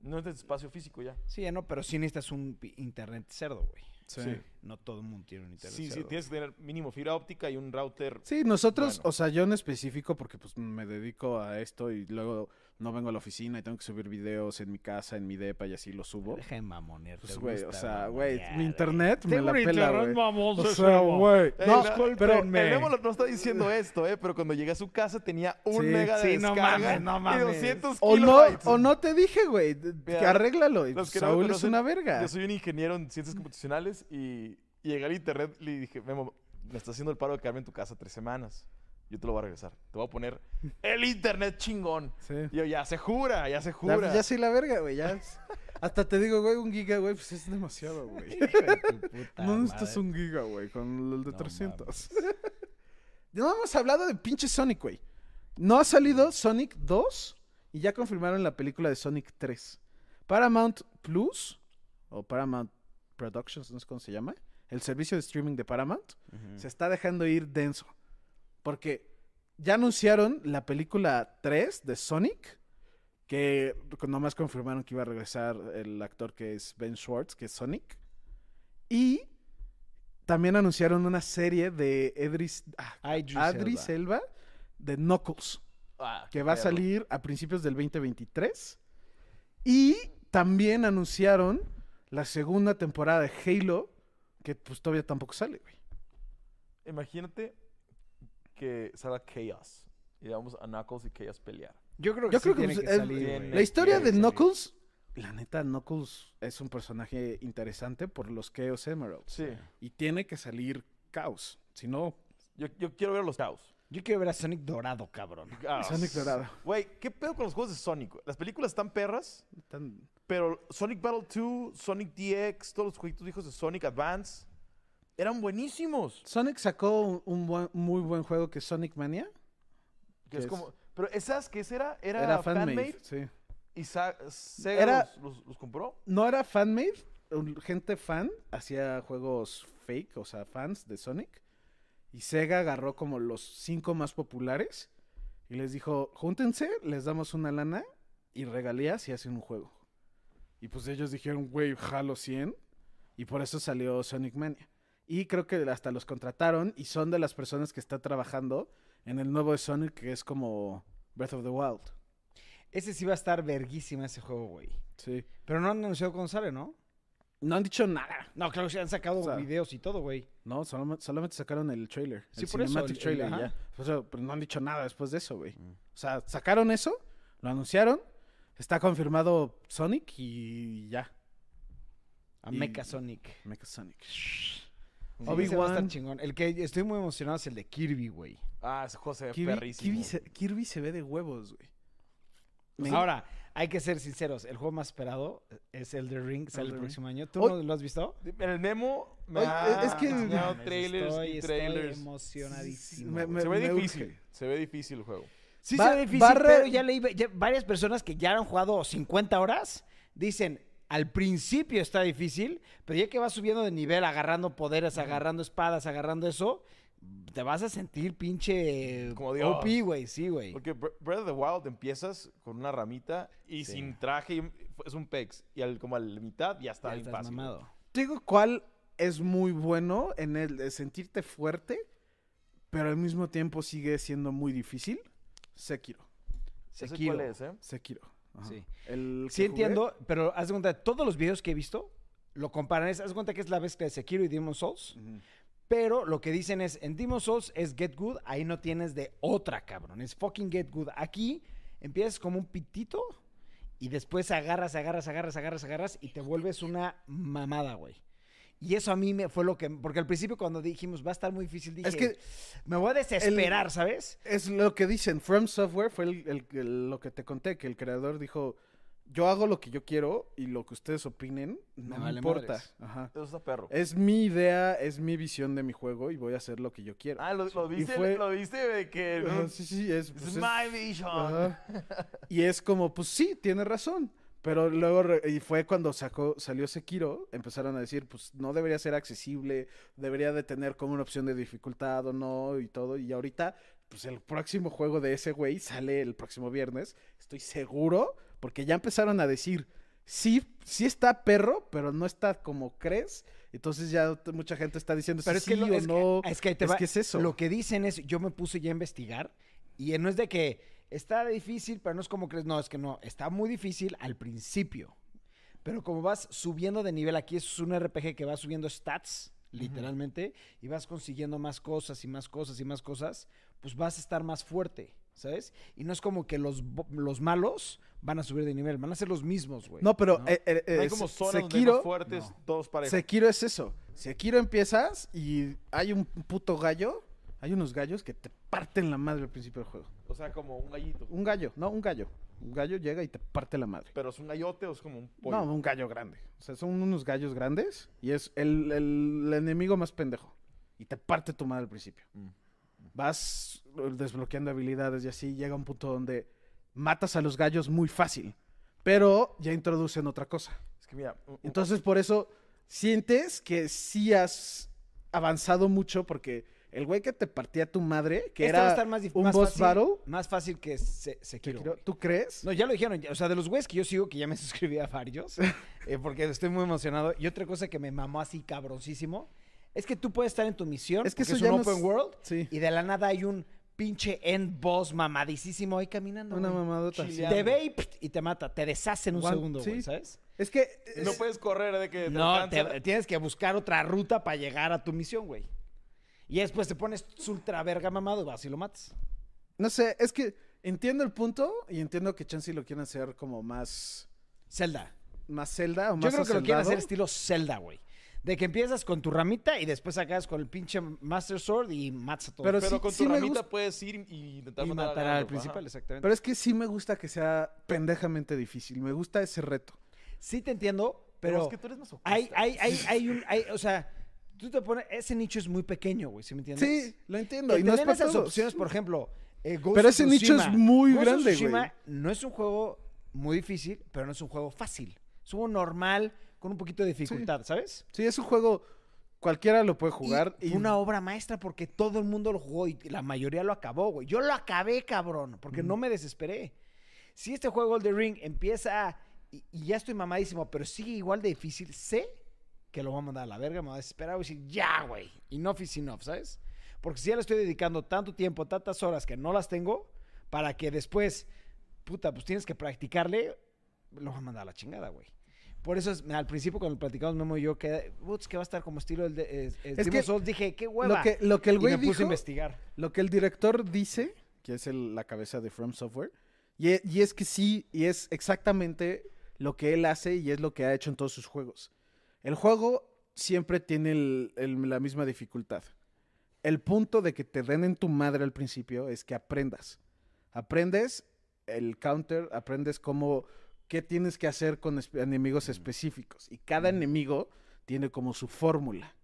No es de espacio físico ya. Sí, no, pero sí necesitas un pi- internet cerdo, güey. Sí. No todo el mundo tiene un internet Sí, sí, cerdo. tienes que tener mínimo fibra óptica y un router. Sí, nosotros, Bueno. o sea, yo en específico, porque pues me dedico a esto y luego no vengo a la oficina y tengo que subir videos en mi casa, en mi depa y así lo subo. Deja de mamonear, te Pues, güey, o gusta sea, güey, mamonear, mi güey. internet me Tengo la un pela, internet güey. mamoso, O ese sea, mamón. güey. Ey, No, la- pero discúlpenme. El Memo lo- no está diciendo esto, eh, pero cuando llegué a su casa tenía un Sí. mega de Sí, no descarga mames, no mames. y 200 o no, kilobytes. o no te dije, güey, d- Mira, arréglalo. y Los que no me Pues, Saúl es conocen, una verga. Yo soy un ingeniero en ciencias computacionales y, y llegué al internet y le dije, Memo, me estás haciendo el paro de quedarme en tu casa tres semanas. Yo te lo voy a regresar. Te voy a poner el internet chingón. Sí. Y yo, ya se jura, ya se Ya, jura. ya soy la verga, güey, ya. es- Hasta te digo, güey, un giga, güey, pues es demasiado, güey. Hijo de tu puta No necesitas madre. un giga, güey, con el de No 300. no hemos hablado de pinche Sonic, güey. No ha salido Sonic 2 y ya confirmaron la película de Sonic 3. Paramount Plus, o Paramount Productions, no sé cómo se llama, el servicio de streaming de Paramount, Ujú. se está dejando ir denso. Porque ya anunciaron la película 3 de Sonic, que nomás confirmaron que iba a regresar el actor que es Ben Schwartz, que es Sonic. Y también anunciaron una serie de Edris, ah, Ay, Idris Adri Elba. Selva de Knuckles, Ah, que va a perro. salir a principios del 2023. Y también anunciaron la segunda temporada de Halo, que pues todavía tampoco sale, güey. Imagínate que salga Chaos. Y vamos a Knuckles y Chaos pelear. Yo creo que Yo sí creo que, tiene pues, que eh, salir, bien, güey. La historia Tiene de que salir. Knuckles, la neta, Knuckles es un personaje interesante por los Chaos Emeralds. Sí. Y tiene que salir caos. Si no, Yo, yo quiero ver los Chaos. Yo quiero ver a Sonic dorado, cabrón. Ah, Sonic Dorado. Güey, ¿qué pedo con los juegos de Sonic? güey? Las películas están perras, tan- pero Sonic Battle 2, Sonic DX, todos los jueguitos hijos de Sonic Advance, eran buenísimos. Sonic sacó un, un buen- muy buen juego que es Sonic Mania. Que es es? como, pero esas que ese era, era, Era, fanmade. fanmade sí. y Sa- Sega Era- los, los- los compró. No era fanmade. un- Gente fan hacía juegos fake, o sea, fans de Sonic. Y Sega agarró como los cinco más populares. Y les dijo, júntense, les damos una lana y regalías y hacen un juego. Y pues ellos dijeron, güey, jalo 100. Y por eso salió Sonic Mania. Y creo que hasta los contrataron y son de las personas que está trabajando en el nuevo de Sonic que es como Breath of the Wild. Ese sí va a estar verguísima ese juego, güey. Sí. Pero no han anunciado cuándo sale, ¿no? No han dicho nada. No, claro, sí han sacado O sea, videos y todo, güey. No, solamente, solamente sacaron el trailer. Sí, el por eso, cinematic el- el- trailer y ajá. ya. O sea, pero no han dicho nada después de eso, güey. O sea, sacaron eso, lo anunciaron, está confirmado Sonic y ya. A Y- Mecha Sonic. Mecha Sonic. Sí, Obi-Wan. ese va a estar chingón. El que estoy muy emocionado es el de Kirby, güey. Ah, ese juego se ve Kirby, perrísimo. Kirby se, Kirby se ve de huevos, güey. Me- Ahora, hay que ser sinceros. El juego más esperado es el de Ring. Sale el Elden Ring. próximo año. ¿Tú Hoy- no lo has visto? Ah, En el Nemo me Oye, ha es que- enseñado Mames, trailers y estoy, estoy trailers. emocionadísimo. Me- güey. se ve me difícil, urge. se ve difícil el juego. Sí Va- se ve difícil, barre- pero ya leí ve- ya varias personas que ya han jugado 50 horas, dicen, al principio está difícil, pero ya que vas subiendo de nivel, agarrando poderes, agarrando espadas, agarrando eso, te vas a sentir pinche Como OP, Dios. güey, sí, güey. Porque Bre- Breath of the Wild empiezas con una ramita y Sí. sin traje, y es un pex. Y al, como a la mitad ya está Ya bien estás fácil. mamado. Te digo cuál es muy bueno en el de sentirte fuerte, pero al mismo tiempo sigue siendo muy difícil. Sekiro. Ese cuál Sekiro. es, eh? Sekiro. Ajá. Sí. El Sí que jugué, entiendo, pero haz de cuenta, todos los videos que he visto, lo comparan, es- haz de cuenta que es la mezcla de Sekiro y Demon Souls, Ujú. pero lo que dicen es, en Demon Souls es Get Good, ahí no tienes de otra, cabrón, es fucking Get Good. Aquí empiezas como un pitito y después agarras, agarras, agarras, agarras, agarras y te vuelves una mamada, güey. Y eso a mí me fue lo que, porque al principio cuando dijimos va a estar muy difícil, dije, Es que me voy a desesperar, ¿sabes? Es lo que dicen. From Software fue el- el- el- lo que te conté, que el creador dijo, yo hago lo que yo quiero y lo que ustedes opinen no Me me, vale importa. madres. Ajá. Eso está perro. Es mi idea, es mi visión de mi juego y voy a hacer lo que yo quiero. ah, lo, lo y viste, fue- lo viste de que... Ajá, sí, sí, es, It's pues, es- my vision. Ajá. Y es como, pues sí, tiene razón. Pero luego, re- y fue cuando sacó, salió Sekiro, empezaron a decir, pues no debería ser accesible, debería de tener como una opción de dificultad o no y todo. Y ahorita, pues el próximo juego de ese güey sale el próximo viernes, estoy seguro, porque ya empezaron a decir, sí, sí está perro, pero no está como crees. Entonces ya t- mucha gente está diciendo si Pero es sí que, lo- o es, no. que, es que ahí te es va. que es eso. Lo que dicen es, yo me puse ya a investigar y no es de que está difícil, pero no es como crees, no, es que no, está muy difícil al principio. Pero como vas subiendo de nivel, aquí es un RPG que va subiendo stats, literalmente, y vas consiguiendo más cosas y más cosas y más cosas, pues vas a estar más fuerte, ¿sabes? Y no es como que los, bo- los malos van a subir de nivel, van a ser los mismos, güey. No, pero ¿no? eh, eh, No eh, hay como zonas donde hay Sekiro- más fuertes, No. todos parejos. Sekiro es eso. Sekiro empiezas y hay un puto gallo. Hay unos gallos que te parten la madre al principio del juego. O sea, como un gallito. Un gallo, no, un gallo. Un gallo llega y te parte la madre. Pero es un gallote o es como un pollo. No, un gallo grande. O sea, son unos gallos grandes y es el, el- el enemigo más pendejo. Y te parte tu madre al principio. Mm. Vas eh, desbloqueando habilidades y así llega un punto donde matas a los gallos muy fácil. Pero ya introducen otra cosa. Es que mira, un- un- Entonces, por eso sientes que sí has avanzado mucho porque el güey que te partía tu madre, que Este era va a estar más, dif- un más boss fácil, battle, Más fácil que se, Sekiro, Sekiro, güey. ¿tú crees? No, ya lo dijeron. ya- O sea, de los güeyes que yo sigo, que ya me suscribí a varios, eh, porque estoy muy emocionado. Y otra cosa que me mamó así cabroncísimo, es que tú puedes estar en tu misión, Es es que que eso es ya un no es- open world, Sí, y de la nada hay un pinche end boss mamadísimo ahí caminando. una güey. mamadota. Chile. Te ve y, pft, y te mata, te deshace en un One- segundo, güey, sí. ¿sabes? Es que no es- puedes correr de que te No, te- alcanza. tienes que buscar otra ruta para llegar a tu misión, güey. Y después te pones ultra verga mamado y vas y lo matas. no sé, es que entiendo el punto y entiendo que Chansey lo quieren hacer como más Zelda. más Zelda o más Yo creo que lo quieren hacendado. hacer estilo Zelda, güey. De que empiezas con tu ramita y después acabas con el pinche Master Sword y matas a todos. Pero Pero, Y sí- con tu sí me ramita gusta- puedes ir y intentar matar, a al Gandalf, principal, ajá. exactamente. Pero es que sí me gusta que sea pendejamente difícil, me gusta ese reto. sí te entiendo, pero es que tú eres masoquista. hay, hay, hay, hay un... hay- o sea, tú te pones... Ese nicho es muy pequeño, güey, ¿sí me entiendes? Sí, lo entiendo Que y no es tener para esas todos. opciones, por ejemplo... eh, Ghost Pero of ese nicho es Tsushima. muy Ghost of grande, güey. Tsushima No es un juego muy difícil, pero no es un juego fácil. Es un juego normal con un poquito de dificultad, ¿sabes? Sí, es un juego cualquiera lo puede jugar Y y, fue una obra maestra porque todo el mundo lo jugó y la mayoría lo acabó, güey. Yo lo acabé, cabrón, porque Mm. no me desesperé. Si este juego, The Ring, empieza y, y ya estoy mamadísimo, pero sigue igual de difícil, sé que lo voy a mandar a la verga, me voy a desesperar, voy a decir, ya, güey, enough is enough, ¿sabes? Porque si ya le estoy dedicando tanto tiempo, tantas horas que no las tengo, para que después, puta, pues tienes que practicarle, lo vas a mandar a la chingada, güey. Por eso es- al principio cuando platicamos Memo y yo que, "Uts, que va a estar como estilo el de eh, eh, Es Demon's que Souls", dije, qué hueva. lo que lo que el Y güey me puse dijo, a investigar. lo que el director dice, que es el- la cabeza de From Software, y, e- y es que sí, y es exactamente lo que él hace y es lo que ha hecho en todos sus juegos. El juego siempre tiene el- el- la misma dificultad. El punto de que te den en tu madre al principio es que aprendas. Aprendes el counter, aprendes cómo, qué tienes que hacer con espe- enemigos específicos. Y cada enemigo tiene como su fórmula.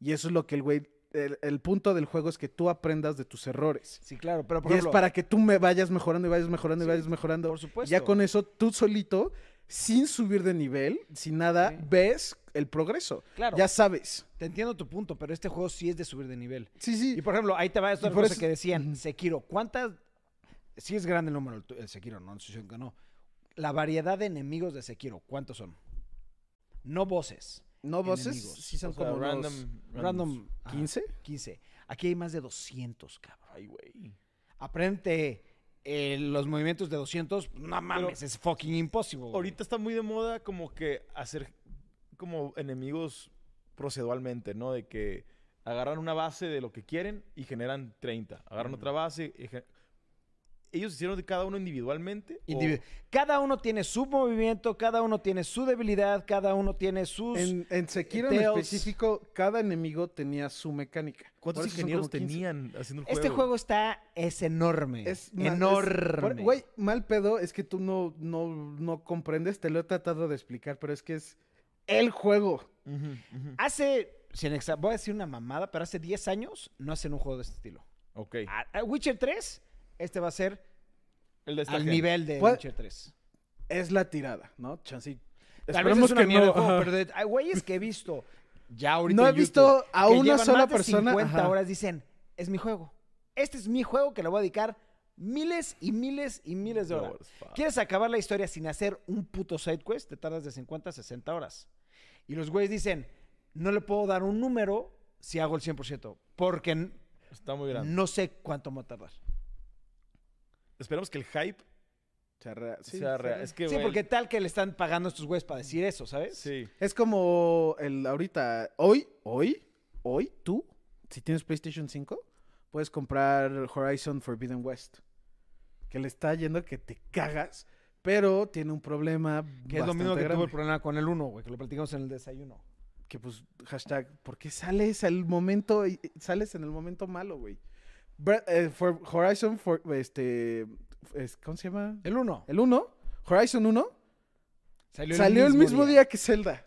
Y eso es lo que el güey. El, el punto del juego es que tú aprendas de tus errores. Sí, claro, pero por Y ejemplo, es para que tú me vayas mejorando y vayas mejorando y Sí, vayas mejorando. por supuesto. Ya con eso, tú solito, sin subir de nivel, sin nada, Sí. ves el progreso. Claro. Ya sabes. te entiendo tu punto, pero este juego sí es de subir de nivel. Sí, sí. Y por ejemplo, ahí te va esta Y por cosa eso- que decían, Sekiro, ¿cuántas sí es grande el número el tu- el Sekiro, no, no sé si- no. La variedad de enemigos de Sekiro, ¿cuántos son? No voces, no voces, enemigos. sí son O sea, como unos random, Ah. randoms. random ajá, 15. 15. Aquí hay más de 200, cabrón. Ay, güey. aprende eh, los movimientos de 200, no mames, es fucking imposible. güey. Ahorita está muy de moda como que hacer como enemigos procedualmente, ¿no? De que agarran una base de lo que quieren y generan 30. Agarran otra base y gen- ellos hicieron de cada uno individualmente. o- Individu- Cada uno tiene su movimiento, cada uno tiene su debilidad, cada uno tiene sus... En, en Sekiro en Tails. específico, cada enemigo tenía su mecánica. ¿Cuántos Por eso son ingenieros como 15. tenían haciendo el juego? Este juego está... Es enorme. Es ma- es- enorme. por- Güey, mal pedo, es que tú no, no, no comprendes, te lo he tratado de explicar, pero es que es el juego. Ujú, ujú. Hace... sin exa- voy a decir una mamada, pero hace 10 años no hacen un juego de este estilo. Ok. A- a Witcher 3, este va a ser El de esta al gente. nivel de Puede- Witcher 3. Es la tirada, ¿no? Chancy. Tal vez Esperemos es una mierda de juego, ajá. pero de- hay güeyes que he visto ya ahorita No he en YouTube visto a que una llevan sola más de persona, 50 ajá. horas dicen, es mi juego. Este es mi juego que le voy a dedicar miles y miles y miles de horas. Horas, fuck. ¿Quieres acabar la historia sin hacer un puto side quest? Te tardas de 50 a 60 horas. Y los güeyes dicen, no le puedo dar un número si hago el 100%, porque n- Está muy grande. no sé cuánto me va a tardar. Esperamos que el hype Se arrea- sí, sea se real. arrea- Es que, sí, güey, porque tal que le están pagando a estos güeyes para decir eso, ¿sabes? Sí. Es como el ahorita, hoy, hoy, hoy, tú, si tienes PlayStation 5, puedes comprar Horizon Forbidden West. Que le está yendo que te cagas, pero tiene un problema. Que es lo mismo que bastante tuvo el grande. problema con el 1, güey, que lo platicamos en el desayuno. que pues hashtag, ¿por qué sales al momento, y- y sales en el momento malo, güey? Bre- eh, for- Horizon, for- este, es- ¿cómo se llama? El 1. El 1, Horizon 1, Salió, salió el mismo día. que Zelda.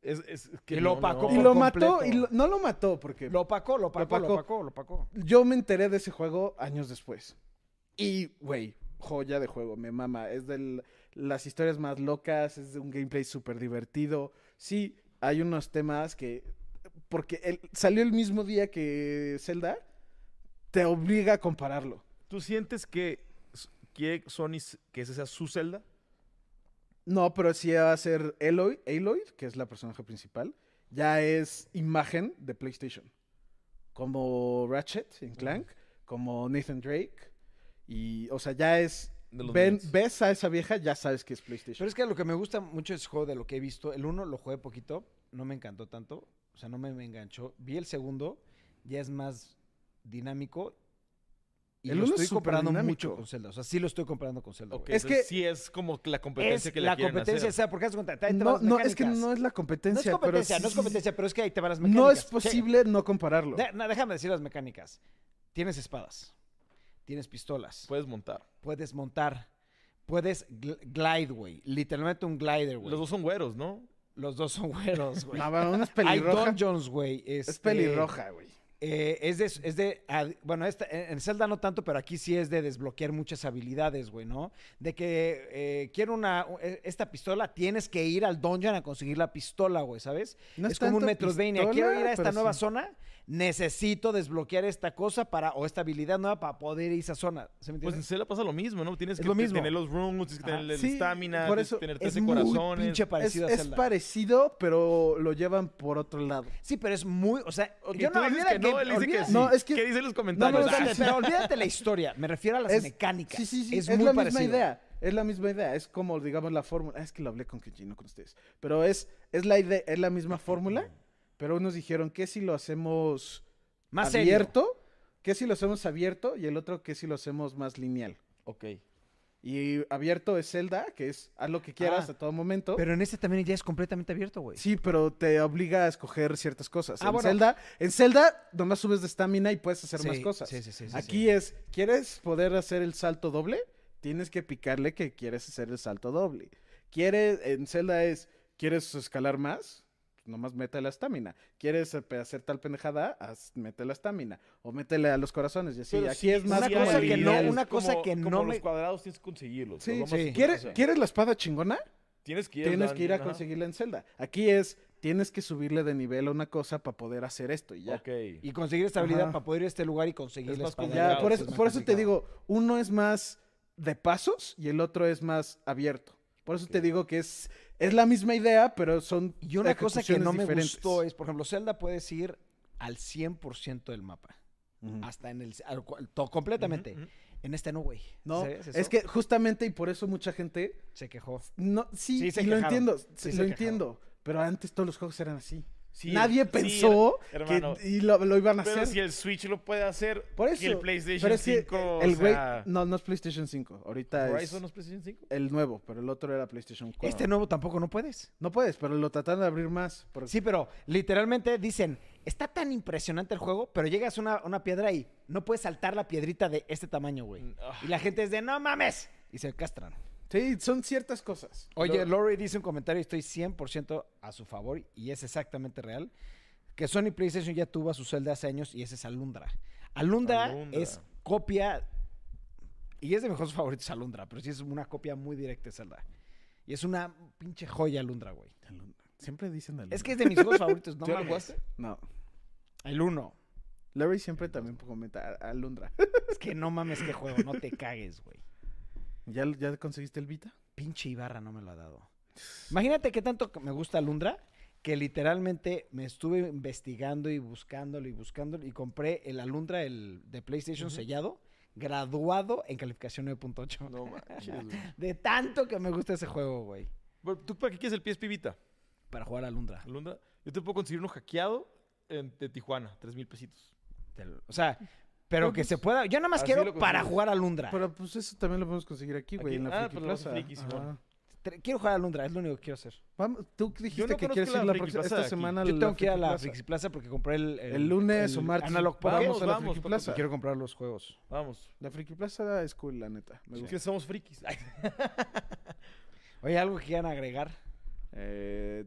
Es, es Y que no, lo opacó. no. Y lo mató, completo. y lo- no lo mató, porque Lo opacó, lo opacó, lo opacó. opacó, lo opacó. yo me enteré de ese juego años después. Y, güey, joya de juego, me mama. Es de las historias más locas, es de un gameplay súper divertido. Sí, hay unos temas que... Porque el- salió el mismo día que Zelda, te obliga a compararlo. ¿Tú sientes que s- quiere Sony s- que ese sea su celda? No, pero sí va a ser Aloy, Aloy, que es la personaje principal, ya es imagen de PlayStation. Como Ratchet en Clank, como Nathan Drake. Y, o sea, ya es. De los ven- nerds. ves a esa vieja, ya sabes que es Pero PlayStation. es que lo que me gusta mucho es juego de lo que he visto. El 1 lo jugué poquito, no me encantó tanto, o sea, no me, me enganchó. Vi el segundo, ya es más dinámico. Y El lo uno es estoy comparando superdinámico. mucho con Zelda. O sea, sí lo estoy comparando con Zelda. Ok, güey. Es entonces que- sí es como la competencia Es que le la quieren competencia, o hacer. sea, porque haz de cuenta, ahí te van no, las no, es que mecánicas. no es la No competencia. es competencia, pero no es sí- competencia, pero es que ahí te van las mecánicas. No es Che- posible no compararlo. De- no, déjame decir las mecánicas. Tienes espadas, tienes pistolas, Puedes montar. puedes montar, puedes gl- glide, güey. Literalmente un glider, güey. Los dos son güeros, ¿no? Los dos son güeros, güey. No, bueno, una es Hay pelirroja. dungeons, güey. Es este, pelirroja, güey. eh, es de, es de ad- bueno, esta- en en Zelda no tanto, pero aquí sí es de desbloquear muchas habilidades, güey, ¿no? De que eh, quiero una, eh, esta pistola, tienes que ir al dungeon a conseguir la pistola, güey, ¿sabes? No es, como un tanto Metroidvania. Quiero pistola, ir a esta pero nueva sí. zona, necesito desbloquear esta cosa para, o esta habilidad nueva para poder ir a esa zona. ¿Se me Pues en entiende? Zelda pasa lo mismo, ¿no? Tienes Es que lo te- mismo. tener los rooms, tienes que Ajá. tener el Sí, stamina, por tienes que eso tener es 13 muy corazones. pinche parecido es, a es Zelda. parecido, pero lo llevan por otro lado. sí, pero es muy, o sea, Ok, yo tú no, dices olvida que no, él dice que olvida- sí. No, es que- ¿Qué dicen los No, no, comentarios? no, Ah, espérate, pero olvídate la historia. Me refiero a las Es- mecánicas. Sí, sí, sí. Es, Es, muy la parecido. misma idea. Es la misma idea. Es como, digamos, la fórmula. Ah, Es que lo hablé con Kenji, no con ustedes. Pero es, es la idea, es la misma fórmula. Pero unos dijeron que si lo hacemos Más serio. abierto, que si lo hacemos abierto, y el otro que si lo hacemos más lineal. Ok. Y abierto es Zelda, que es haz lo que quieras Ah, a todo momento. Pero en este también ya es completamente abierto, güey. Sí, pero te obliga a escoger ciertas cosas. Ah, en, bueno. Zelda, en Zelda, nomás subes de estamina y puedes hacer más Sí, cosas. sí, sí, sí, sí, Aquí sí. es, ¿quieres poder hacer el salto doble? Tienes que picarle que quieres hacer el salto doble. ¿Quieres, en Zelda es, ¿quieres escalar más? Nomás mete la estamina. ¿Quieres eh, pe- hacer tal pendejada? Haz- mete la estamina. O métele a los corazones y así. Pero Aquí sí- es más una sí como cosa que hay no- lineal. habilidades, una cosa como- que como no los me- cuadrados tienes que conseguirlos. Sí, los sí. vamos- ¿Quieres, o sea, ¿Quieres la espada chingona? Tienes que ir, Tienes al que ir a dungeon, ajá. conseguirla en Zelda. Aquí es, tienes que subirle de nivel a una cosa para poder hacer esto y ya. Ok. Y conseguir esta habilidad Ajá. para poder ir a este lugar y conseguir Es la más espada. complicado, Ya, por pues, eso, Es más por eso te complicado. digo, uno es más de pasos y el otro es más abierto. Por eso te digo que es, es la misma idea, pero son Y una cosa que ejecuciones no me diferentes. gustó es, por ejemplo, Zelda puedes ir al 100% del mapa. Ujú. Hasta en el... al cual- to- completamente. Ujú, ujú. En este no, güey. No, ¿Sabías es eso? que justamente y por eso mucha gente... Se quejó. No, sí, Sí, se y lo quejaron. entiendo, Sí, sí, se lo quejaron. entiendo. Pero antes todos los juegos eran así. Sí, Nadie sí, pensó her- que hermano, y lo, lo iban a pero hacer. si el Switch lo puede hacer, Por eso. que el PlayStation pero es que 5, el o güey- sea, No, no es PlayStation 5. Ahorita Horizon no es es PlayStation 5. el nuevo, pero el otro era PlayStation 4. Este nuevo tampoco no puedes. No puedes, pero lo trataron de abrir más. porque- Sí, pero literalmente dicen, está tan impresionante el juego, pero llegas a una, una piedra y no puedes saltar la piedrita de este tamaño, güey. Ah. Y la gente es de, no mames. Y se castran. sí, son ciertas cosas. Oye, Lori dice un comentario y estoy 100% a su favor y es exactamente real. Que Sony PlayStation ya tuvo a su celda hace años y ese es Alundra. Alundra, Alundra. es copia y es de mis juegos favoritos Alundra, pero sí es una copia muy directa de Zelda. Y es una pinche joya Alundra, güey. Siempre dicen el Es que es de mis juegos favoritos, no ¿Tú ya lo mames. jugaste? No. El 1. Larry siempre también comenta a- Alundra. Es que no mames qué juego, no te cagues, güey. ¿Ya, ¿Ya conseguiste el Vita? Pinche Ibarra no me lo ha dado. Imagínate qué tanto que me gusta Alundra que literalmente me estuve investigando y buscándolo y buscándolo y compré el Alundra el de PlayStation sellado, graduado en calificación 9.8. No manches, güey. De tanto que me gusta ese juego, güey, Bueno, ¿Tú para qué quieres el PSP Vita, para jugar Alundra. Alondra? Yo te puedo conseguir uno hackeado en- de Tijuana, 3 mil pesitos. Del- O sea, pero Pero, que pues, se pueda, yo nada más así quiero lo para consigues. jugar Alundra. Pero pues eso también lo podemos conseguir aquí, güey, Aquí. en la Ah, Friki pues, la Plaza. Friki, Simón. Ajá. Tre- Quiero jugar Alundra, es lo único que quiero hacer. Vamos, tú dijiste no que conozco quieres ir la la Friki próxima, Plaza esta de aquí. semana. Yo la tengo que ir a Friki la Plaza. Friki Plaza porque compré el, El lunes o martes. Analog Pocket. Vamos a la Vamos, Friki vamos, Plaza. Quiero comprar los juegos. Vamos. La Friki Plaza es cool, la neta. Me Es gusta. que somos frikis. Oye, algo que quieran agregar. Eh,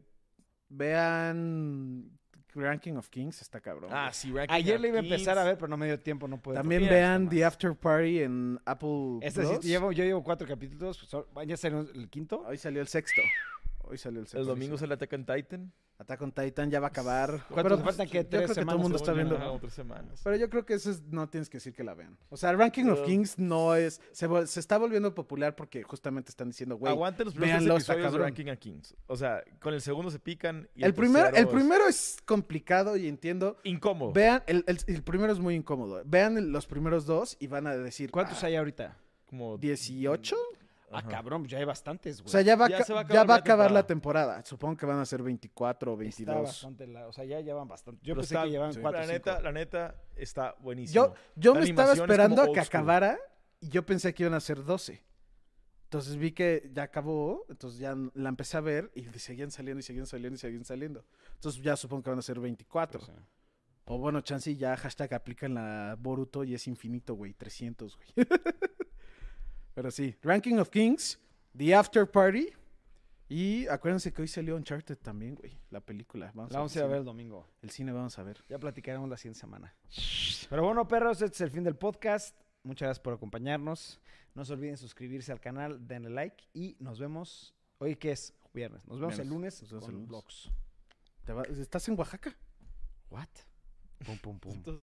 vean Ranking of Kings, está cabrón. Ah, pues, sí, güey. Ranking Ayer of le iba a empezar a Kings. ver, pero no me dio tiempo, no pude. También mira, vean nomás. The After Party en Apple Este sí, Plus. llevo, yo llevo cuatro capítulos, so- ya salió el quinto. Hoy salió el sexto. Hoy salió el sexto. El domingo sale Attack on Titan. Attack on Titan ya va a acabar. ¿Cuánto Pero, te faltan? ¿Qué, yo tres creo que todo el semanas, mundo está Según yo, viendo. ajá, otras semanas. Pero yo creo que eso es- no tienes que decir que la vean. O sea, Ranking of Pero- Kings no es. Se, vol- se está volviendo popular porque justamente están diciendo, güey. Aguanten los primeros véanlo, tres está episodios de cabrón. Ranking of Kings. O sea, con el segundo se pican. Y el, El, primer, el tercero es primero es complicado y entiendo. Incómodo. Vean, el, el- el primero es muy incómodo. Vean el- los primeros dos y van a decir. ¿Cuántos "Ah, hay ahorita? Como 18? Ah, Ajá. cabrón, ya hay bastantes, güey. O sea, ya va, a Ya ca- se va a ya acabar va a la acabar temporada. la temporada. Supongo que van a ser 24 o Está 22. bastante la- o sea, ya llevan bastante. Yo Pero pensé está- que llevaban sí. cuatro. la, neta, la neta está buenísimo. Yo, yo La me animación estaba es como esperando a old que school. acabara y yo pensé que iban a ser 12. Entonces vi que ya acabó, entonces ya n- la empecé a ver y seguían saliendo y seguían saliendo y seguían saliendo. Entonces ya supongo que van a ser 24. Pues cinco. O bueno, chance y ya hashtag aplican la Boruto y es infinito, güey, 300, güey. Pero sí, Ranking of Kings, The After Party y acuérdense que hoy salió Uncharted también, güey, la película. Vamos La vamos a ir a ver el domingo. El cine vamos a ver. Ya platicaremos la siguiente semana. Pero bueno, perros, este es el fin del podcast. Muchas gracias por acompañarnos. No se olviden suscribirse al canal, denle like y nos vemos. Hoy que es viernes. Nos vemos el Viernes. lunes Nos vemos con el lunes. vlogs. Te va- ¿Estás en Oaxaca? What? Pum pum pum. Entonces-